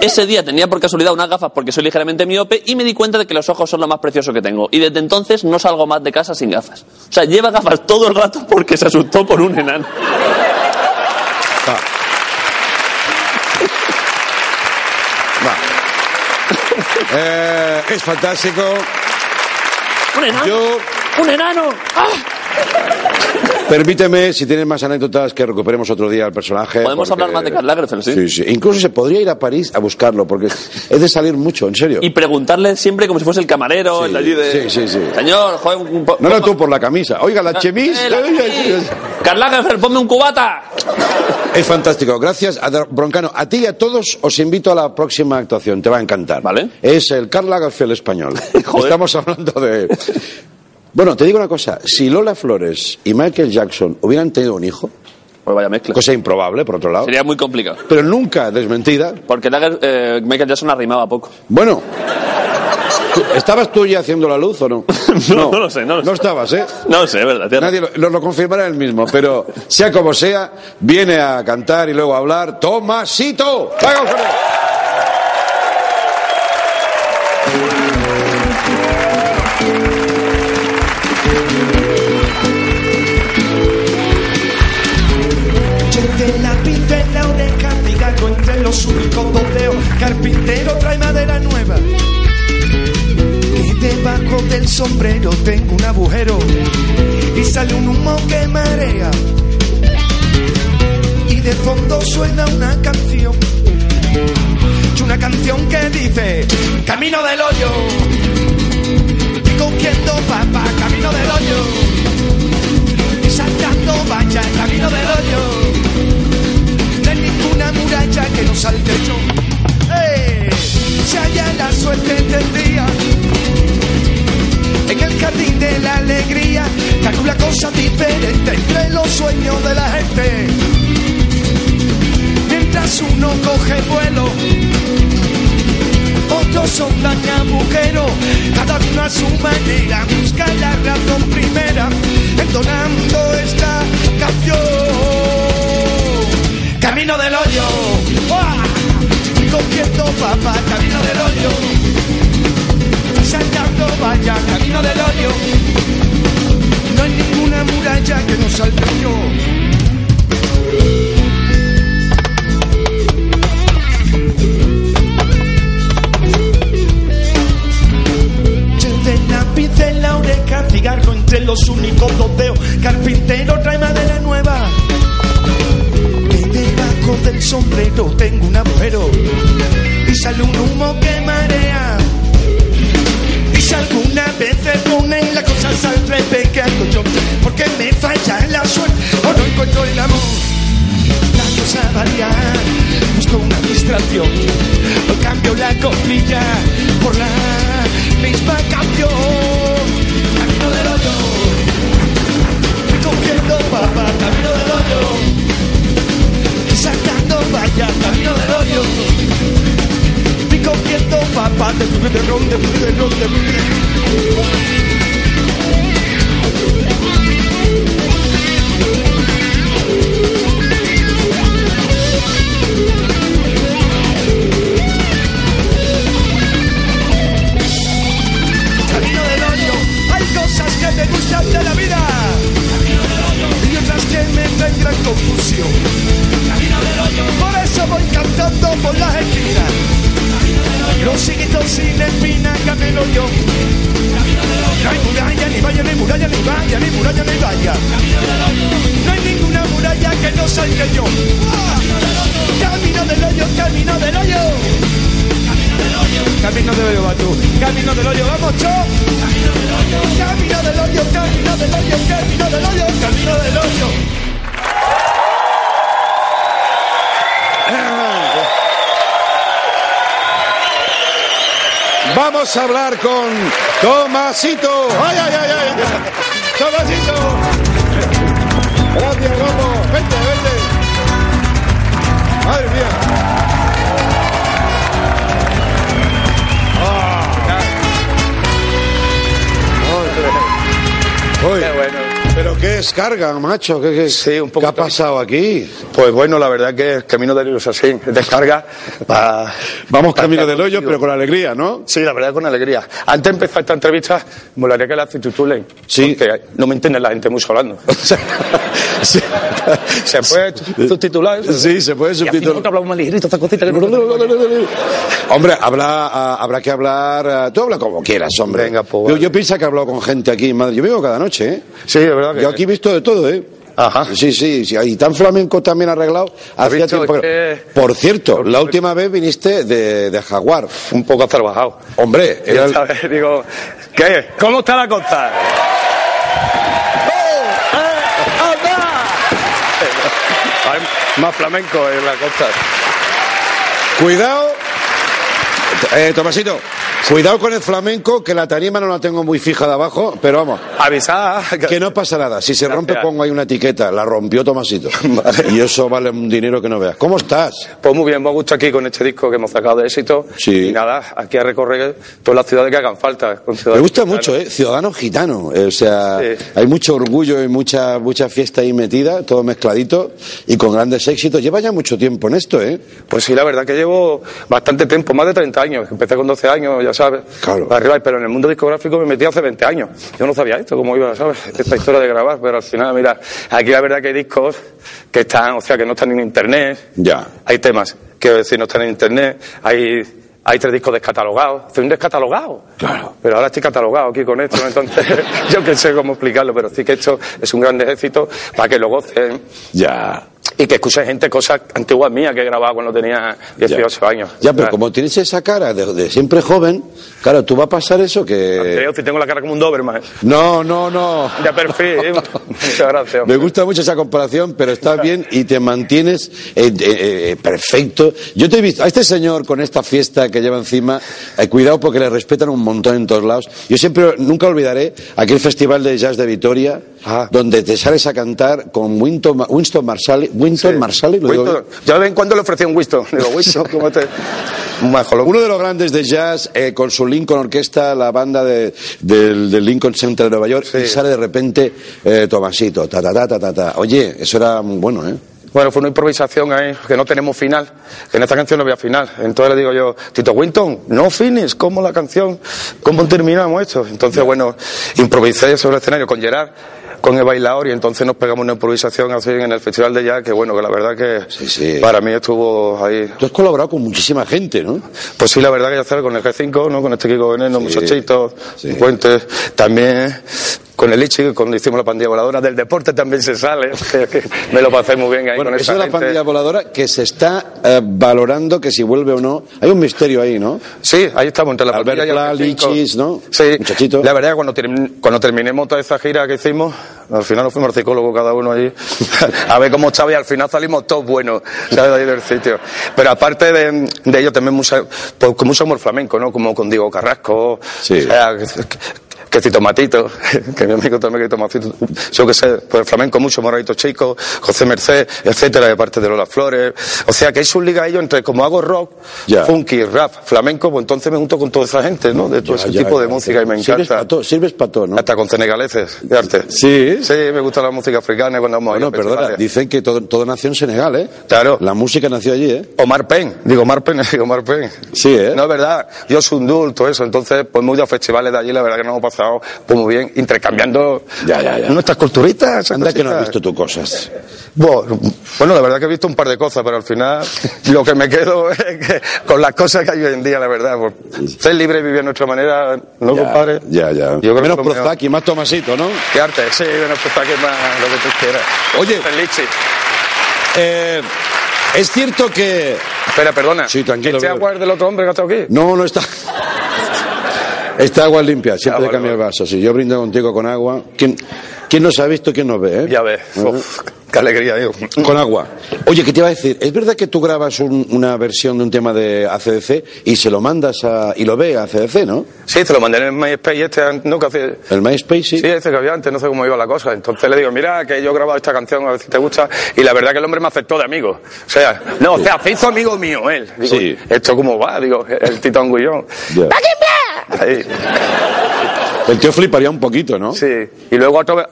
S9: Ese día tenía por casualidad unas gafas porque soy ligeramente miope y me di cuenta de que los ojos son lo más precioso que tengo. Y desde entonces no salgo más de casa sin gafas. O sea, lleva gafas todo el rato porque se asustó por un enano.
S4: Eh, es fantástico.
S9: ¡Un enano!
S4: Yo-
S9: ¡Un enano! ¡Ah!
S4: Permíteme, si tienes más anécdotas, que recuperemos otro día al personaje.
S9: Podemos
S4: porque-
S9: hablar más de Karl Lagerfeld, ¿sí?
S4: Sí, sí. Incluso se podría ir a París a buscarlo, porque es de salir mucho, en serio.
S9: Y preguntarle siempre como si fuese el camarero,
S4: Sí,
S9: el de allí de...
S4: sí, sí, sí.
S9: Señor, joder, un po-
S4: No, no, tú por la camisa. Oiga, la chemise.
S9: Eh, la-
S4: Oiga,
S9: sí.
S4: sí.
S9: Karl Lagerfeld, ponme un cubata.
S4: Es fantástico. Gracias, a Broncano. A ti y a todos os invito a la próxima actuación. Te va a encantar.
S9: Vale.
S4: Es el Carl Lagerfeld español.
S9: Joder.
S4: Estamos hablando de... Bueno, te digo una cosa. Si Lola Flores y Michael Jackson hubieran tenido un hijo,
S9: Pues vaya mezcla.
S4: cosa improbable, por otro lado,
S9: Sería muy complicado.
S4: pero nunca desmentida,
S9: Porque Lager, eh, Michael Jackson arrimaba poco.
S4: bueno... ¿tú- ¿Estabas tú ya haciendo la luz o no?
S9: No, no lo sé, no lo sé.
S4: estabas, ¿eh?
S9: No sé, ¿verdad? Tienes
S4: Nadie lo, nos lo confirmará él mismo, pero sea como sea, viene a cantar y luego a hablar. ¡Tomasito! ¡Vamos con él!
S10: Lleve la pinta en la oreja, cigarro entre los surcos, boteo, carpintero trae madera nueva. Que debajo del sombrero tengo un agujero y sale un humo que marea. Y de fondo suena una canción, y una canción que dice: Camino del hoyo, y cogiendo papá, camino del hoyo y saltando vaya el camino del hoyo. No hay ninguna muralla que no salte yo. ¡Eh! Se halla la suerte del día. En el jardín de la alegría, calcula cosas diferentes entre los sueños de la gente. Mientras uno coge vuelo, otros son tan agujeros, cada uno a su manera busca la razón primera, entonando esta canción. Camino del hoyo, ¡buah! cogiendo papá, camino del hoyo, saltando vaya, camino del hoyo. No hay ninguna muralla que nos salte yo. Lleve lápiz en la oreja, cigarro entre los únicos dos dedos, carpintero trae madera nueva. Y debajo del sombrero tengo un agujero y sale un humo que marea. Y si alguna vez se pone la cosa al revés que hago yo, porque me falla la suerte o no encuentro el amor la cosa varía. Busco una distracción, o cambio la copilla por la misma cambio. Camino del hoyo, recogiendo papá, camino del hoyo, sacando vaya, camino del hoyo. Recogiendo papá, de fui de ron, de fui de ron, de fui de ron. camino del hoyo. Hay cosas que me gustan de la vida y otras que me tendrán confusión. Por eso voy cantando por las esquinas. Los chiquitos sin espina, camino yo. No hay muralla, ni vaya, ni muralla, ni vaya, ni muralla, ni vaya. No hay ninguna muralla que no salga yo. Ah, Camino del hoyo, camino del hoyo. Camino del hoyo va tú. Camino del hoyo, vamos, yo. Camino del hoyo, camino del hoyo, camino del hoyo, camino del hoyo.
S4: Vamos a hablar con Tomasito. ¡Ay, ay, ay, ay! ¡Tomasito! Gracias, guapo. Vente, vente. Madre mía. Ah. Hombre. Uy,
S10: bueno.
S4: pero qué es descargan, macho? ¿Qué, qué,
S11: sí, un poco
S4: ¿qué ha pasado aquí?
S11: Pues bueno, la verdad que el camino del hoyo es así, descarga. pa-
S4: Vamos
S11: pa-
S4: camino
S11: estar
S4: del hoyo,
S11: contigo.
S4: pero con alegría, ¿no?
S11: Sí, la verdad con alegría. Antes de empezar esta entrevista, me molaría que la titulen. Sí. Porque no me entiende la gente mucho hablando.
S4: Sí.
S11: Se puede subtitular. ¿eh?
S4: Sí, se puede subtitular.
S11: Y hablamos más ligerito, estas cositas que-
S4: Hombre, habla, ah, habrá que hablar. ah, tú habla como quieras, hombre.
S11: Venga, pues,
S4: Yo, yo pienso que he hablado con gente aquí en Madrid. Yo vengo cada noche, ¿eh?
S11: Sí, de verdad que-
S4: Yo aquí he visto de todo, ¿eh?
S11: Ajá.
S4: Sí, sí, sí. Y tan flamenco también arreglado. Hacía
S11: visto
S4: tiempo que-
S11: que-
S4: Por cierto, la última vez viniste de, de Jaguar.
S11: Un poco has trabajado.
S4: Hombre,
S11: Y
S4: era el-
S11: ¿sabes? eh, Digo, ¿qué? ¿Cómo está la cosa? Hay más flamenco en la costa.
S4: Cuidado. Eh, Tomasito, cuidado con el flamenco, que la tarima no la tengo muy fija de abajo, pero vamos.
S11: Avisada.
S4: Que no pasa nada. Si se rompe,
S11: Gracias.
S4: pongo ahí una etiqueta. La rompió Tomasito. Y eso vale un dinero que no veas. ¿Cómo estás?
S11: Pues muy bien, me gusta aquí con este disco que hemos sacado de éxito.
S4: Sí.
S11: Y nada, aquí a recorrer todas las ciudades que hagan falta. con
S4: Me
S11: ciudadanos.
S4: gusta mucho, ¿eh? Ciudadano gitano. Eh, O sea,
S11: Sí.
S4: hay mucho orgullo y mucha, mucha fiesta ahí metida, todo mezcladito y con grandes éxitos. Lleva ya mucho tiempo en esto, ¿eh?
S11: Pues sí, la verdad que llevo bastante tiempo, más de 30 años. Empecé con 12 años, ya sabes.
S4: Claro.
S11: para Arriba, pero en el mundo discográfico me metí hace 20 años. Yo no sabía esto, cómo iba, ¿sabes? Esta historia de grabar, pero al final, mira, aquí la verdad que hay discos que están, o sea, que no están en internet.
S4: Ya.
S11: Hay temas que decir no están en internet, hay, hay tres discos descatalogados. Soy un descatalogado.
S4: Claro.
S11: Pero ahora estoy catalogado aquí con esto, ¿no? entonces yo que sé cómo explicarlo, pero sí que esto es un gran éxito para que lo gocen
S4: Ya.
S11: y que escuche gente cosas antiguas mías que he grabado cuando tenía 18 años.
S4: Ya, pero como tienes esa cara de, de siempre joven, claro, tú va a pasar eso que.
S11: Creo que tengo la cara como un Doberman.
S4: No, no, no.
S11: De perfil, ¿eh? Muchas gracias.
S4: Me gusta mucho esa comparación, pero estás bien y te mantienes eh, eh, eh, perfecto. Yo te he visto, a este señor con esta fiesta que lleva encima, eh, cuidado porque le respetan un montón en todos lados. Yo siempre, nunca olvidaré aquel festival de jazz de Vitoria,
S11: Ah.
S4: donde te sales a cantar con Winston, Ma- Winston Marsalis. Winston
S11: Sí.
S4: Marsalis, lo digo
S11: Winston.
S4: bien.
S11: Yo de vez en cuando le ofrecí un Winston. Digo, Winston, ¿cómo te...? Un majolón.
S4: Uno de los grandes de jazz, eh, con su Lincoln Orquesta, la banda de- del, del Lincoln Center de Nueva York,
S11: Sí.
S4: y sale de repente eh, Tomasito, ta ta ta ta ta ta. Oye, eso era muy bueno, ¿eh?
S11: Bueno, fue una improvisación ahí, que no tenemos final, que en esta canción no había final. Entonces le digo yo, Tito Winton, no finish, ¿cómo la canción? ¿Cómo terminamos esto? Entonces, bueno, improvisé sobre el escenario con Gerard, con el bailador, y entonces nos pegamos una improvisación así en el Festival de Jazz, que bueno, que la verdad que
S4: Sí, sí.
S11: para mí estuvo ahí.
S4: Tú has colaborado con muchísima gente, ¿no?
S11: Pues sí, la verdad que ya sabes, con el G5, ¿no? Con este Kiko Veneno, Muchachitos,
S4: sí.
S11: Puentes, también... Con el Ichi, cuando hicimos la pandilla voladora, del deporte también se sale. Me lo pasé muy bien ahí
S4: Bueno,
S11: con
S4: eso
S11: esa
S4: de la
S11: gente.
S4: pandilla voladora que se está eh, valorando que si vuelve o no. Hay un misterio ahí, ¿no?
S11: Sí, ahí estamos, entre la
S4: Albert
S11: pandilla y
S4: Pla,
S11: el G5.
S4: Lichis, ¿no?
S11: Sí,
S4: Muchachito.
S11: la verdad, cuando, termin- cuando terminemos toda esa gira que hicimos, al final nos fuimos al psicólogo cada uno allí, a ver cómo estaba y al final salimos todos buenos, ¿sabes? De ahí del sitio. Pero aparte de, de ello, también musa- pues, como somos flamenco, ¿no? Como con Diego Carrasco,
S4: Sí.
S11: o sea, que- que si Tomatito, que mi amigo también que Tomatito, yo que sé, pues el flamenco mucho, Moradito Chico, José Merced, etcétera, de parte de Lola Flores. O sea, que hay un liga ello entre, como hago rock,
S4: Ya.
S11: funky, rap, flamenco, pues entonces me junto con toda esa gente, ¿no? De todo
S4: Ya,
S11: ese
S4: ya,
S11: tipo de
S4: ya,
S11: música y me
S4: Sirves
S11: encanta.
S4: para todo, sirves para todo, ¿no?
S11: Hasta con senegaleses de arte.
S4: Sí.
S11: Sí, me gusta la música africana cuando vamos
S4: Bueno,
S11: ahí a
S4: perdona,
S11: festivales.
S4: dicen que todo, todo nació en Senegal, ¿eh?
S11: Claro.
S4: La música nació allí, ¿eh?
S11: Omar Penn, digo Omar Penn, digo Omar Penn.
S4: Sí, ¿eh?
S11: No, es verdad, yo soy un dul, todo eso, entonces pues me he ido a festivales de allí, la verdad que nos hemos pasado pues, muy bien, intercambiando
S4: Ya, ya, ya.
S11: nuestras culturitas. esas
S4: Anda que no has
S11: cositas.
S4: visto tú cosas.
S11: Bueno, bueno, la verdad que he visto un par de cosas, pero al final lo que me quedo es que con las cosas que hay hoy en día, la verdad. Pues, ser libre y vivir a nuestra manera, ¿no,
S4: Ya,
S11: compadre?
S4: Ya, ya.
S11: Yo creo que
S4: Menos
S11: lo mío-
S4: Prozac y más Tomasito, ¿no?
S11: Qué arte, sí, bueno, pues para que más lo que tú quieras.
S4: Oye.
S11: Felici.
S4: Eh, es cierto que...
S11: Espera, perdona.
S4: Sí, tranquilo,
S11: ¿Este
S4: brother.
S11: agua es del otro hombre que ha estado aquí?
S4: No, no está... Esta agua es limpia, siempre
S11: Ah, vale,
S4: cambia el
S11: vale.
S4: vaso. Si yo brindo contigo con agua, ¿quién, quién nos ha visto, quién nos ve? ¿eh?
S11: Ya ves.
S4: Ajá.
S11: Uf, qué alegría, digo.
S4: Con agua. Oye, ¿qué te iba a decir? ¿Es verdad que tú grabas un- una versión de un tema de ACDC y se lo mandas a... y lo ve a ACDC, ¿no?
S11: Sí, te lo mandé en el MySpace este, no, que hace...
S4: El MySpace, sí.
S11: Sí, ese que había antes, no sé cómo iba la cosa. Entonces le digo, mira, que yo he grabado esta canción, a ver si te gusta. Y la verdad que el hombre me aceptó de amigo. O sea, no, o sea, se hizo amigo mío él. Digo, eh,
S4: Sí.
S11: ¿esto cómo va? Digo, el titón guillón.
S4: Ya.
S11: Ahí.
S4: El tío fliparía un poquito, ¿no?
S9: Sí. Y luego otro-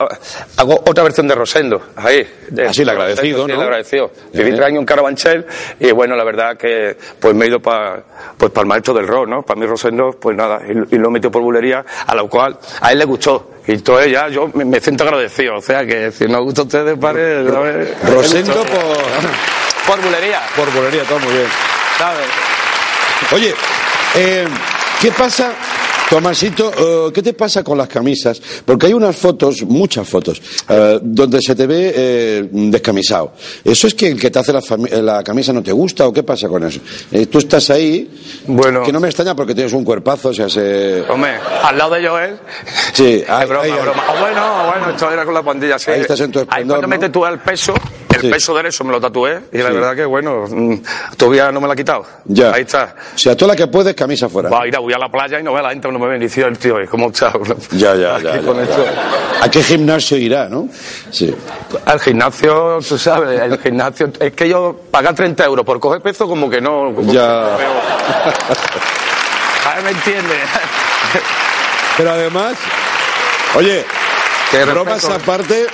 S9: hago otra versión de Rosendo. Ahí. De-
S4: Así, el Ah, agradecido,
S9: Rosendo,
S4: ¿no?
S9: sí,
S4: Eh.
S9: el agradecido.
S4: Ya,
S9: Viví
S4: ya.
S9: tres años en Carabanchel y bueno, la verdad que pues me he ido para pues para el maestro del rock, ¿no? Para mí Rosendo, pues nada, y, y lo metió por bulería, a lo cual a él le gustó. Y entonces ya yo me, me siento agradecido. O sea que si no gusta a ustedes, pare. ¿sabes?
S4: Rosendo
S9: Le
S4: por...
S9: gustó. Por bulería.
S4: Por bulería, todo muy bien.
S9: ¿Sabes?
S4: Oye, eh, ¿qué pasa, Tomasito? eh, ¿Qué te pasa con las camisas? Porque hay unas fotos, muchas fotos, eh, donde se te ve eh, descamisado. ¿Eso es que el que te hace la, fami- eh, la camisa no te gusta o qué pasa con eso? Eh, tú estás ahí,
S9: Bueno.
S4: que no me extraña porque tienes un cuerpazo, o sea, se...
S9: Hombre, al lado de Joel.
S4: Sí, ahí,
S9: Es broma,
S4: ahí, ahí.
S9: broma. O bueno, o bueno, esto era con la pandilla, sí.
S4: Ahí estás en tu
S9: Ahí
S4: esplendor,
S9: cuando me
S4: ¿no?
S9: tatué el peso, el
S4: Sí.
S9: peso derecho me lo tatué y la
S4: Sí.
S9: verdad que, bueno, mm, todavía no me la he quitado.
S4: Ya.
S9: Ahí está.
S4: O sea, tú la que puedes, camisa fuera.
S9: Va a ir a, voy a la playa y no ve a la gente, no me bendició el tío, y como chao.
S4: Ya, ya, ya,
S9: Aquí
S4: ya,
S9: con
S4: ya.
S9: esto.
S4: ¿A qué gimnasio irá, no? Sí.
S9: Al gimnasio, tú sabes, eh, el gimnasio. Es que yo pagar 30 euros por coger peso, como que no. como
S4: Ya.
S9: que no veo. A ver, Ah, me entiende.
S4: Pero además, oye,
S9: Que
S4: bromas
S9: respeto.
S4: aparte,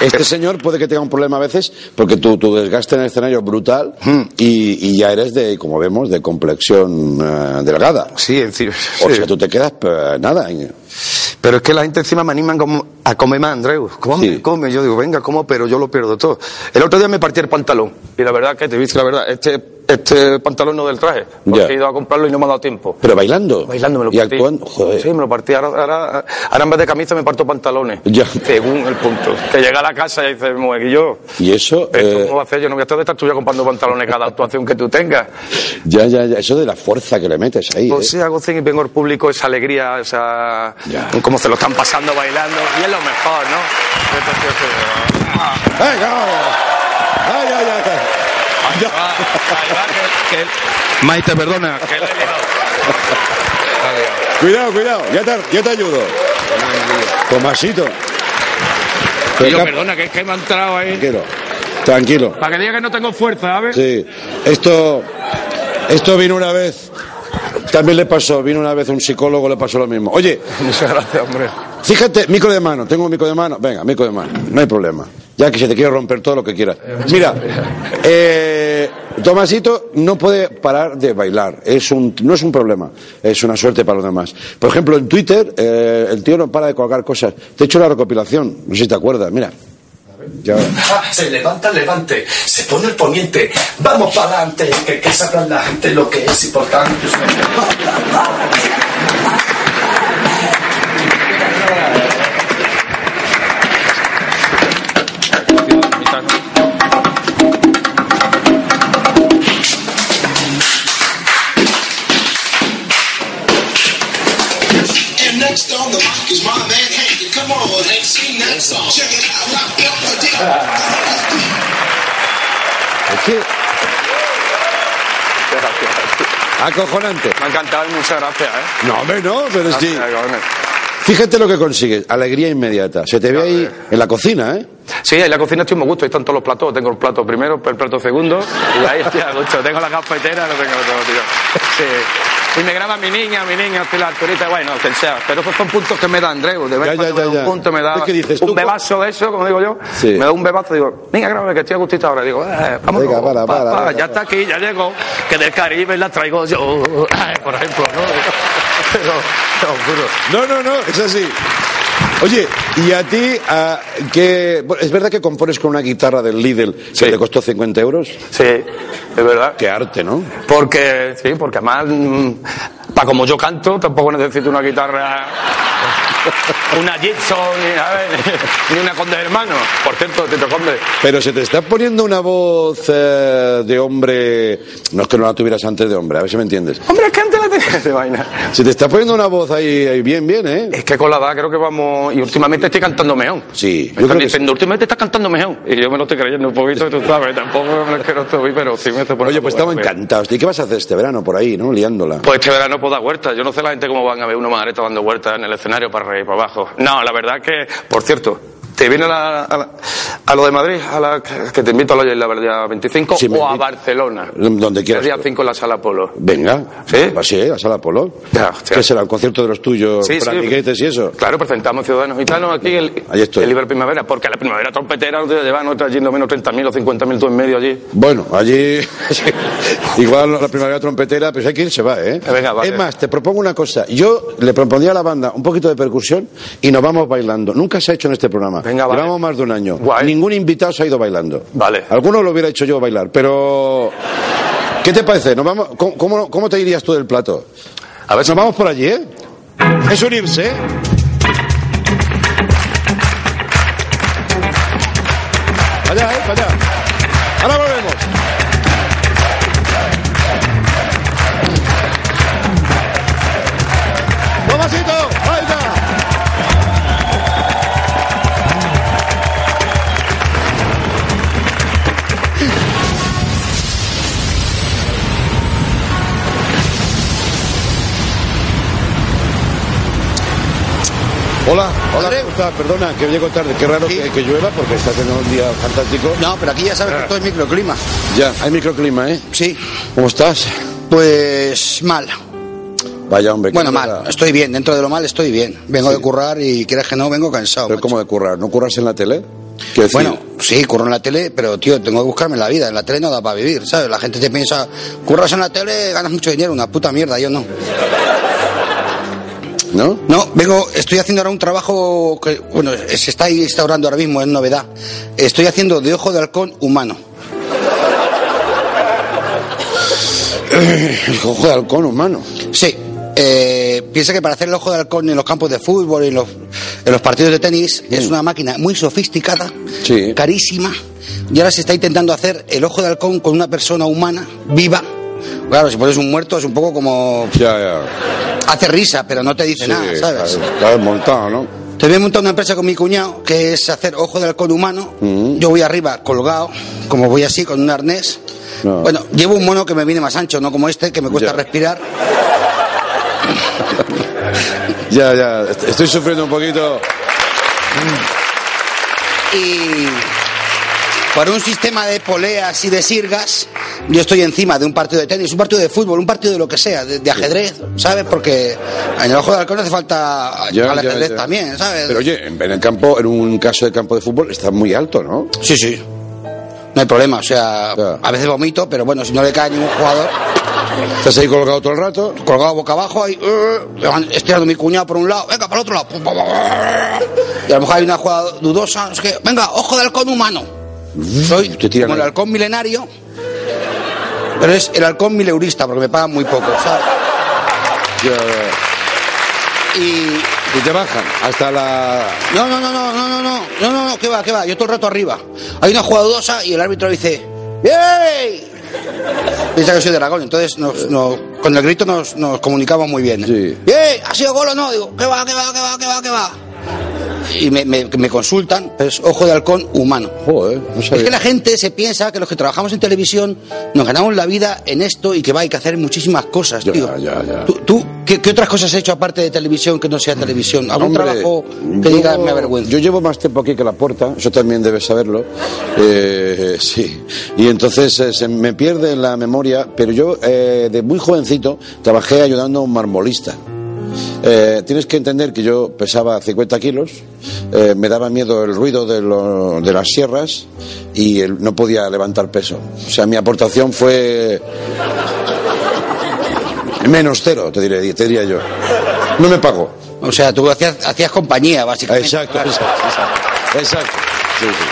S4: este señor puede que tenga un problema a veces porque tu, tu desgaste en el escenario es brutal
S9: Hmm.
S4: y, y ya eres de, como vemos, de complexión eh, delgada.
S9: Sí, encima.
S4: O
S9: sí.
S4: sea, tú te quedas eh, nada. en-
S9: Pero es que la gente encima me animan como- a comer más, Andreu. Come,
S4: Sí.
S9: come. Yo digo, venga, como, pero yo lo pierdo todo. El otro día me partí el pantalón. Y la verdad que te dice la verdad, este, este pantalón no del traje. Porque
S4: Ya.
S9: he ido a comprarlo y no me ha dado tiempo.
S4: Pero bailando.
S9: Bailando me lo
S4: Y
S9: partí.
S4: actuando. Joder.
S9: Sí, me lo partí. Ahora, ahora, ahora en vez de camisa me parto pantalones.
S4: Ya.
S9: Según el punto. Que llega a la casa y dice, mueguillo.
S4: Y eso.
S9: ¿Esto
S4: eh,
S9: cómo va a hacer? Yo no voy a estar de estar tú ya comprando pantalones cada actuación que tú tengas.
S4: ya, ya, ya. Eso de la fuerza que le metes ahí.
S9: Pues
S4: eh.
S9: sí, hago zen y vengo al público esa alegría, esa.
S4: Ya.
S9: cómo se lo están pasando bailando. Y es lo mejor, ¿no? Esto sí es-
S4: ¡Venga! ¡Ay, ay, ay!
S9: Ahí va, ahí va, que- que- Maite, perdona. que la he liado.
S4: Cuidado, cuidado. Ya te, ya te ayudo. Tomasito.
S9: Que yo,
S4: Venga,
S9: perdona, que es que me ha entrado ahí.
S4: Tranquilo. Tranquilo.
S9: Para que diga que no tengo fuerza, ¿sabes?
S4: Sí, esto, esto vino una vez. También le pasó, vino una vez un psicólogo, le pasó lo mismo. Oye,
S9: Muchas gracias, hombre.
S4: fíjate, micro de mano, tengo un micro de mano. Venga, micro de mano, no hay problema. Ya que se te quiere romper todo lo que quieras. Mira, eh, Tomasito no puede parar de bailar. Es un, no es un problema, es una suerte para los demás. Por ejemplo, en Twitter, eh, el tío no para de colgar cosas. Te he hecho la recopilación, no sé si te acuerdas, mira. Ya.
S6: Se levanta el levante, se pone el poniente, vamos para adelante, que, que sabrá la gente lo que es importante.
S10: And next on the block is my man Hank. And come on, Hank, sing that song. Check it out, lock up the dick.
S4: Es que, acojonante.
S9: Me ha encantado y muchas gracias, ¿eh?
S4: No, hombre, no, pero sí.
S9: Gracias, cabrones.
S4: Fíjate lo que consigues, alegría inmediata. Se te ve ahí en la cocina, ¿eh?
S9: Sí, en la cocina estoy muy a gusto, ahí están todos los platos. Tengo el plato primero, el plato segundo, y ahí estoy a gusto. Tengo la cafetera, lo tengo todo, tío. Sí. Y me graba mi niña, mi niña, estoy la Arturita, bueno, quien sea. Pero esos son puntos que me da Andreu. De vez
S4: Ya, ya,
S9: en cuando me
S4: ya,
S9: da
S4: ya.
S9: un punto, me da
S4: Es que dices, tú-
S9: un bebazo de eso, como digo yo.
S4: Sí.
S9: Me da un bebazo, digo, venga, grábame, que estoy a gustito ahora. Digo, eh, vámonos,
S4: Venga, para,
S9: pa,
S4: para,
S9: pa,
S4: venga,
S9: ya está aquí, ya llego. Que del Caribe la traigo yo, Ay, por ejemplo, ¿no? Pero, te lo juro.
S4: No, no, no, es así. Oye, y a ti, ah, que bueno, ¿es verdad que compones con una guitarra del Lidl
S9: Sí.
S4: que te costó 50 euros?
S9: Sí, es verdad.
S4: Qué arte, ¿no?
S9: Porque, sí, porque además, para como yo canto, tampoco necesito una guitarra, una Gibson, ni, ¿sabes? ni una Conde Hermano. Por cierto, Tito Conde.
S4: Pero se te está poniendo una voz eh, de hombre... No es que no la tuvieras antes de hombre, a ver si me entiendes.
S9: Hombre, es que antes la tenía de vaina.
S4: Se te está poniendo una voz ahí, ahí bien, bien, ¿eh?
S9: Es que con la edad creo que vamos... Y últimamente estoy cantando meón.
S4: Sí,
S9: Me
S4: yo creo
S9: están
S4: que sí.
S9: diciendo, últimamente estás cantando meón. Y yo me lo estoy creyendo un poquito, tú sabes. Tampoco me lo quiero estoy, pero sí me estoy poniendo...
S4: Oye, pues estaba
S9: bueno,
S4: encantado. ¿Y qué vas a hacer este verano por ahí, no? Liándola.
S9: Pues este verano puedo dar vueltas. Yo no sé la gente cómo van a ver uno magareta dando vueltas en el escenario para reír para abajo. No, la verdad que, por cierto,
S12: te viene a, la- a la- a lo de Madrid, a la, que te invito a la la verdad 25,
S4: Sí, me
S12: o a
S4: invi-
S12: Barcelona.
S4: Donde quieras.
S12: El día 5 en la sala Polo.
S4: Venga.
S12: ¿Sí?
S4: Así, ¿eh? La sala Polo. ¿Qué será? ¿El concierto de los tuyos?
S12: Sí, sí.
S4: Ramiguetes y eso?
S12: Claro, presentamos Ciudadanos Gitanos aquí el,
S4: Ahí estoy.
S12: el Libre Primavera, porque a la primavera trompetera no te llevan otra allí, no menos 30.000 o 50.000 tú en medio allí.
S4: Bueno, allí igual la primavera trompetera, pero si hay que ir, se va, ¿eh?
S12: Venga, vale.
S4: Es más, te propongo una cosa. Yo le proponía a la banda un poquito de percusión y nos vamos bailando. Nunca se ha hecho en este programa. Llevamos más de un año. Ningún invitado se ha ido bailando. Vale. Algunos lo hubiera hecho yo bailar, pero... ¿Qué te parece? ¿Nos vamos... ¿Cómo, cómo, cómo te irías tú del plato? A ver, nos vamos por allí, ¿eh? Es unirse, ¿eh? Allá, ¿eh? Para allá. Ahora volvemos. ¡Tomasito! ¡Ahí está! Hola, hola, ¿cómo estás? Perdona, que llego tarde. Qué raro que, que llueva porque está haciendo un día fantástico.
S11: No, pero aquí ya sabes que todo es microclima.
S4: Ya, hay microclima, ¿eh?
S11: Sí.
S4: ¿Cómo estás?
S11: Pues mal.
S4: Vaya, hombre. qué
S11: Bueno, mal.
S4: mala.
S11: Estoy bien. Dentro de lo mal estoy bien. Vengo de currar y quieres que no, vengo cansado.
S4: ¿Pero cómo de currar? ¿No curras en la tele? Quiero decir-
S11: Bueno, sí, curro en la tele, pero tío, tengo que buscarme la vida. En la tele no da para vivir, ¿sabes? La gente te piensa, curras en la tele, ganas mucho dinero, una puta mierda, yo no.
S4: ¿No?
S11: No, vengo, estoy haciendo ahora un trabajo que, bueno, se está instaurando ahora mismo, es novedad. Estoy haciendo de ojo de halcón humano.
S4: El ojo de halcón humano.
S11: Sí. eh, piensa que para hacer el ojo de halcón en los campos de fútbol y en los, en los partidos de tenis es una máquina muy sofisticada,
S4: Sí.
S11: carísima. Ah, Y ahora se está intentando hacer el ojo de halcón con una persona humana, viva. Claro, si pones un muerto es un poco como...
S4: Ya, ya.
S11: Hace risa, pero no te dice
S4: Sí,
S11: nada, ¿sabes?
S4: claro, Está desmontado, ¿no?
S11: Te voy a montar una empresa con mi cuñado que es hacer ojo de halcón humano. Yo voy arriba colgado, como voy así, con un arnés.
S4: No.
S11: Bueno, llevo un mono que me viene más ancho, no como este, que me cuesta
S4: Ya.
S11: respirar.
S4: Ya, ya. Est- Estoy sufriendo un poquito.
S11: y por un sistema de poleas y de sirgas, yo estoy encima de un partido de tenis, un partido de fútbol, un partido de lo que sea, de, de ajedrez, ¿sabes? Porque en el ojo de halcón hace falta
S4: Ya,
S11: al
S4: ya,
S11: ajedrez
S4: ya.
S11: también, ¿sabes?
S4: Pero oye, en en el campo, en un caso de campo de fútbol, está muy alto, ¿no?
S11: Sí, sí. No hay problema, o sea, a veces vomito, pero bueno, si no le cae a ningún jugador.
S4: Estás ahí colgado todo el rato.
S11: Colgado boca abajo, ahí. eh, estirando mi cuñado por un lado, venga, para el otro lado. pum, pum, pum, pum. Y a lo mejor hay una jugada dudosa, es que, venga, ojo de halcón humano. Soy
S4: Te tiran
S11: como el
S4: ahí.
S11: halcón milenario, pero es el halcón mileurista, porque me pagan muy poco, ¿sabes?
S4: Ya, ya.
S11: Y...
S4: Y te bajan hasta la...
S11: No, no, no, no, no, no, no, no, no, no, que va, que va, yo todo el rato arriba. Hay una jugada dudosa y el árbitro dice, ¡Bien! Piensa que soy de Aragón, entonces nos- nos- con el grito nos, nos comunicamos muy bien. ¡Bien! ¿Ha sido gol o no? Digo, ¿qué va, qué va, qué va, qué va, qué va? Y me, me- me consultan, pero es ojo de halcón humano.
S4: Joder, no
S11: Es
S4: sabía.
S11: que la gente se piensa que los que trabajamos en televisión nos ganamos la vida en esto y que va, hay que hacer muchísimas cosas, tío.
S4: Ya, ya.
S11: ¿Tú, tú ¿qué, qué otras cosas has hecho aparte de televisión que no sea televisión? ¿Algún
S4: Hombre,
S11: trabajo que
S4: yo-
S11: digas me avergüenza?
S4: Yo llevo más tiempo aquí que la puerta, eso también debes saberlo. Eh, sí. Y entonces eh, se me pierde la memoria, pero yo eh, de muy jovencito trabajé ayudando a un marmolista. Eh, tienes que entender que yo pesaba 50 kilos, eh, me daba miedo el ruido de, lo- de las sierras y el- no podía levantar peso. O sea, mi aportación fue menos cero, te diré- te diría yo. No me pagó.
S11: O sea, tú hacías, hacías compañía, básicamente.
S4: Exacto, exacto, exacto. Exacto. Sí, sí.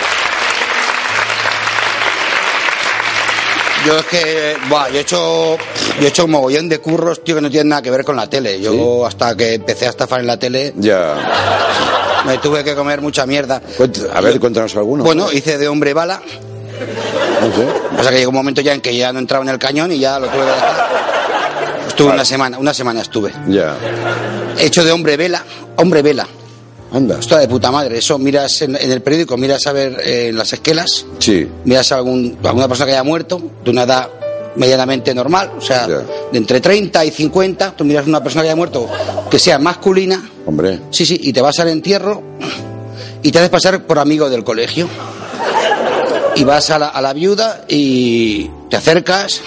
S11: Yo es que, buah, yo he hecho, yo he hecho un mogollón de curros, tío, que no tienen nada que ver con la tele. Yo hasta que empecé a estafar en la tele,
S4: Ya.
S11: me tuve que comer mucha mierda.
S4: Cuenta- a ver, cuéntanos alguno.
S11: Bueno, hice de hombre bala,
S4: No sé.
S11: o sea que llegó un momento ya en que ya no entraba en el cañón y ya lo tuve que dejar. Estuve una semana, una semana estuve.
S4: Ya.
S11: Hecho de hombre vela, hombre vela.
S4: Anda.
S11: Está de puta madre. Eso miras en, en el periódico, miras a ver eh, en las esquelas,
S4: Sí.
S11: miras a algún, alguna persona que haya muerto de una edad medianamente normal, o sea, de entre 30 y 50, tú miras a una persona que haya muerto que sea masculina,
S4: Hombre.
S11: sí, sí, y te vas al entierro y te haces pasar por amigo del colegio. Y vas a la, a la viuda y te acercas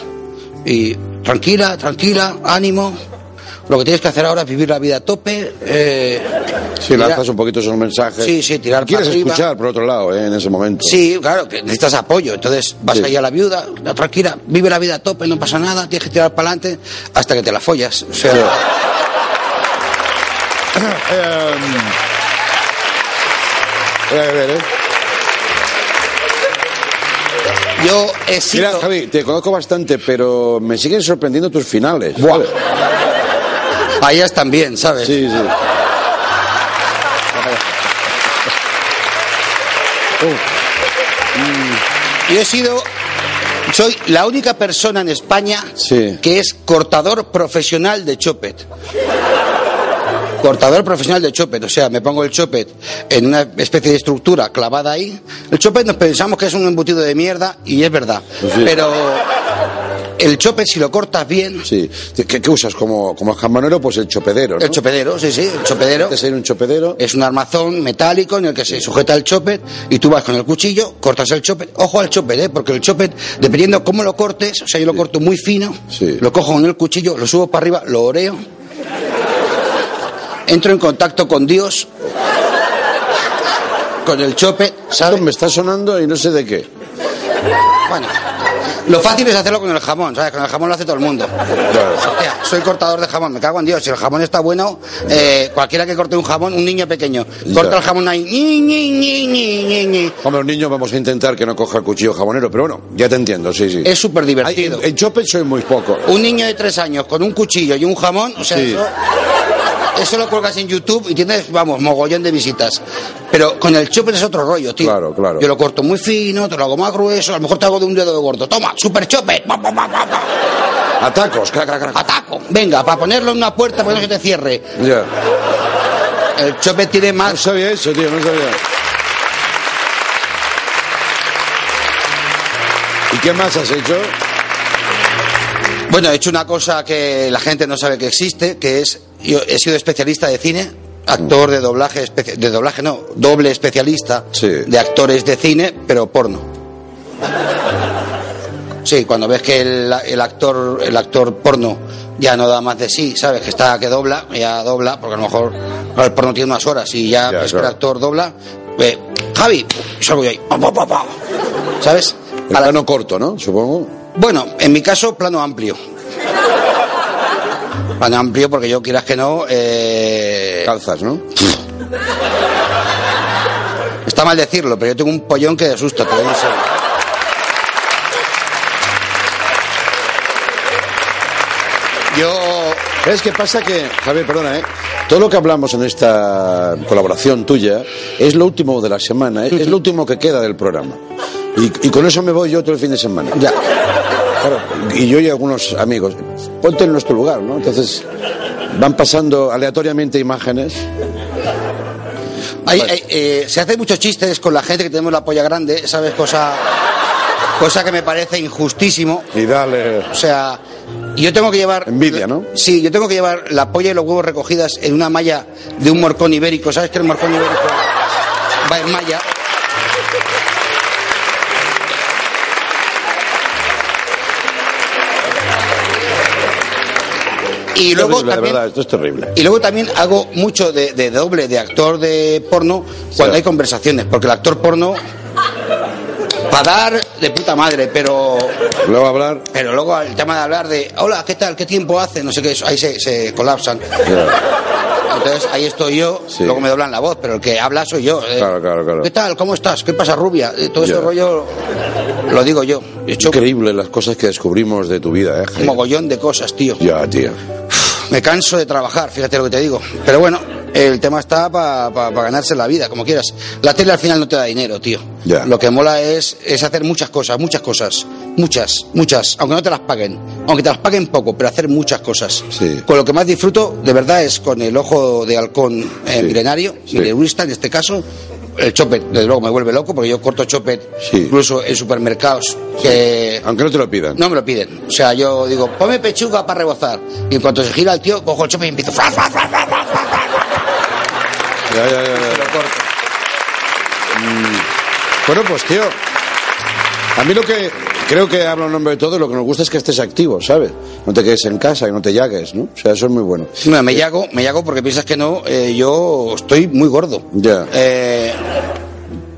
S11: y tranquila, tranquila, ánimo. Lo que tienes que hacer ahora es vivir la vida a tope. Eh,
S4: Si
S11: mira-
S4: lanzas un poquito esos mensajes.
S11: Sí, sí, tirar
S4: Quieres
S11: para arriba.
S4: escuchar, por otro lado, eh, en ese momento.
S11: Sí, claro, que necesitas apoyo. Entonces vas
S4: Sí.
S11: allá a la viuda, la tranquila, vive la vida a tope, no pasa nada, tienes que tirar para adelante hasta que te la follas. O sea,
S4: Eh, voy a ver, eh.
S11: Yo he
S4: Mira, Javi, te conozco bastante, pero me siguen sorprendiendo tus finales. ¿sabes?
S11: A ellas también, ¿sabes?
S4: Sí, sí.
S11: Yo he sido, soy la única persona en España
S4: Sí.
S11: que es cortador profesional de chopet. Cortador profesional de chopet, o sea, me pongo el chopet en una especie de estructura clavada ahí. El chopet nos pensamos que es un embutido de mierda y es verdad,
S4: Pues sí.
S11: pero el chopet si lo cortas bien,
S4: Sí. ¿Qué, qué usas como, como jambanero? Pues el chopedero, ¿no?
S11: el chopedero, sí, sí, el chopedero.
S4: Antes era un chopedero.
S11: Es un armazón metálico en el que se sujeta el chopet y tú vas con el cuchillo, cortas el chopet. Ojo al chopet, ¿eh? porque el chopet, dependiendo cómo lo cortes, o sea, yo lo corto muy fino,
S4: Sí.
S11: lo cojo con el cuchillo, lo subo para arriba, lo oreo, entro en contacto con Dios, con el chopet, ¿sabes?
S4: Me está sonando y no sé de qué.
S11: Bueno, lo fácil es hacerlo con el jamón, ¿sabes? Con el jamón lo hace todo el mundo. Hostia, soy cortador de jamón, me cago en Dios. Si el jamón está bueno, eh, cualquiera que corte un jamón, un niño pequeño, corta
S4: Ya.
S11: el jamón ahí. ñi, ñi, ñi, ñi, ñi, ñi.
S4: Hombre, un niño vamos a intentar que no coja el cuchillo jabonero, pero bueno, ya te entiendo, sí, sí.
S11: Es súper divertido.
S4: En chopet soy muy poco.
S11: Un niño de tres años con un cuchillo y un jamón, o sea,
S4: Sí.
S11: eso, eso lo colgas en YouTube y tienes, vamos, mogollón de visitas. Pero con el chopper es otro rollo, tío.
S4: Claro, claro.
S11: Yo lo corto muy fino, te lo hago más grueso, a lo mejor te hago de un dedo de gordo. Toma, super chopper. pa, pa, pa, pa, pa.
S4: Atacos, crac, crac, crac.
S11: Ataco. Venga, para ponerlo en una puerta para que no se te cierre.
S4: Ya.
S11: El chopper tiene
S4: No
S11: más.
S4: sabía eso, tío, no sabía. ¿Y qué más has hecho?
S11: Bueno, he hecho una cosa que la gente no sabe que existe, que es yo he sido especialista de cine, actor de doblaje, especia- de doblaje no, doble especialista
S4: Sí.
S11: de actores de cine, pero porno. Sí, cuando ves que el, el actor el actor porno ya no da más de sí, sabes que está que dobla, ya dobla, porque a lo mejor el porno tiene unas horas y ya,
S4: Ya,
S11: ves que el
S4: claro.
S11: actor dobla, eh, Javi, salgo yo ahí, pa, pa, pa, pa. ¿sabes?
S4: El
S11: A la-
S4: plano corto, ¿no? Supongo.
S11: bueno, en mi caso, plano amplio. Plano amplio porque yo quieras que no... eh,
S4: Calzas, ¿no?
S11: está mal decirlo, pero yo tengo un pollón que de susto, te lo digo en serio. Yo...
S4: ¿Sabes qué pasa? Que, Javier, perdona, ¿eh? Todo lo que hablamos en esta colaboración tuya es lo último de la semana, es, es lo último que queda del programa. Y, y con eso me voy yo todo el fin de semana.
S11: Ya.
S4: Claro, y yo y algunos amigos. Ponte en nuestro lugar, ¿no? Entonces, van pasando aleatoriamente imágenes.
S11: Hay- hay- eh, se hacen muchos chistes con la gente que tenemos la polla grande, ¿sabes? Cosa, cosa que me parece injustísimo.
S4: Y dale.
S11: O sea, yo tengo que llevar.
S4: Envidia, ¿no?
S11: Sí, yo tengo que llevar la polla y los huevos recogidas en una malla de un morcón ibérico. ¿Sabes que el morcón ibérico va en malla? Y luego
S4: Terrible, de
S11: también.
S4: verdad, esto es terrible.
S11: Y luego también hago mucho de, de doble de actor de porno cuando
S4: Sí.
S11: hay conversaciones, porque el actor porno para dar de puta madre, pero
S4: Luego hablar.
S11: pero luego el tema de hablar de hola, ¿qué tal? ¿Qué tiempo hace? No sé qué, eso, ahí se, se colapsan.
S4: Ya.
S11: Entonces ahí estoy yo,
S4: Sí.
S11: luego me doblan la voz, pero el que habla soy yo. eh.
S4: Claro, claro, claro.
S11: ¿Qué tal? ¿Cómo estás? ¿Qué pasa, rubia? Eh, todo
S4: Ya.
S11: ese rollo lo digo yo. He
S4: Es
S11: hecho
S4: increíble las cosas que descubrimos de tu vida, ¿eh?
S11: un
S4: Javier?
S11: mogollón de cosas, tío.
S4: Ya, tío.
S11: Me canso de trabajar, fíjate lo que te digo. Pero bueno, el tema está para ganarse la vida, como quieras. La tele al final no te da dinero, tío.
S4: Ya.
S11: Lo que mola es, es hacer muchas cosas, muchas cosas. Muchas, muchas. Aunque no te las paguen. Aunque te las paguen poco, pero hacer muchas cosas.
S4: Sí.
S11: Con lo que más disfruto, de verdad, es con el ojo de halcón eh,
S4: Sí.
S11: milenario,
S4: Sí.
S11: milenurista en este caso. El chopet, desde luego me vuelve loco porque yo corto chopet
S4: Sí.
S11: incluso en supermercados que
S4: Aunque no te lo pidan.
S11: no me lo piden. O sea, yo digo, ponme pechuga para rebozar. Y en cuanto se gira el tío, cojo el chope y empiezo. fra, fra, fra, fra, fra, fra, fra,
S4: Ya, ya, ya,
S11: y
S4: ya.
S11: lo corto.
S4: bueno, pues tío, a mí lo que creo que hablo en nombre de todos, lo que nos gusta es que estés activo, ¿sabes? No te quedes en casa y no te llagues, ¿no? O sea, eso es muy bueno.
S11: No, me llago, me llago porque piensas que no, eh, yo estoy muy gordo.
S4: Ya.
S11: Eh,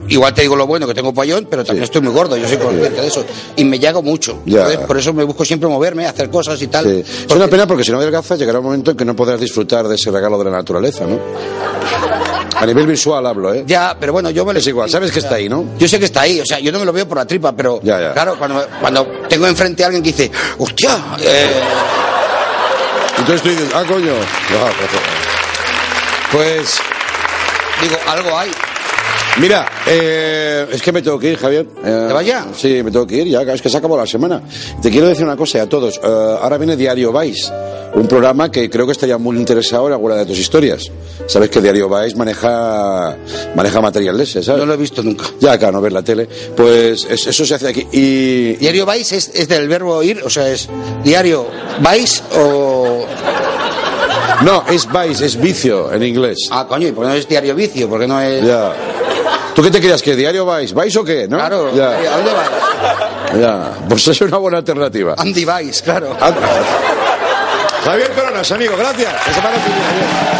S11: igual te digo lo bueno que tengo payón, pero también estoy muy gordo, yo soy consciente de eso. Y me llago mucho.
S4: Ya.
S11: Entonces, por eso me busco siempre moverme, hacer cosas y tal.
S4: Sí. Es una pena porque si no adelgazas llegará un momento en que no podrás disfrutar de ese regalo de la naturaleza, ¿no? A nivel visual hablo, ¿eh?
S11: Ya, pero bueno, yo me lo...
S4: Es igual, sabes que está ahí, ¿no?
S11: Yo sé que está ahí, o sea, yo no me lo veo por la tripa, pero
S4: Ya, ya.
S11: claro, cuando, cuando tengo enfrente a alguien que dice, hostia, eh,
S4: Entonces tú dices, ah, coño. Ah, gracias. Pues,
S11: digo, algo hay.
S4: mira, eh, es que me tengo que ir, Javier. Eh,
S11: ¿Te vas ya?
S4: Sí, me tengo que ir ya, es que se acabó la semana. Te quiero decir una cosa a todos. eh, ahora viene Diario Vice, un programa que creo que estaría muy interesado en alguna de tus historias. Sabes que Diario Vice maneja, maneja material de ese, ¿sabes?
S11: No lo he visto nunca.
S4: Ya acá no ver la tele. Pues es- eso se hace aquí. Y,
S11: Diario Vice es, es del verbo ir, o sea, es diario Vice o...
S4: No, es vice, es vicio en inglés.
S11: Ah, coño, ¿y por qué no es diario vicio? ¿Por qué no es...?
S4: Ya. ¿Tú qué te creías? ¿Que diario vais? ¿Vais o qué? ¿No?
S11: Claro, eh,
S4: Ya.
S11: ¿a dónde vas?
S4: ya. Pues es una buena alternativa.
S11: Andy Vice, claro.
S4: Javier Coronas, amigo, gracias. Que se parece bien, Javier.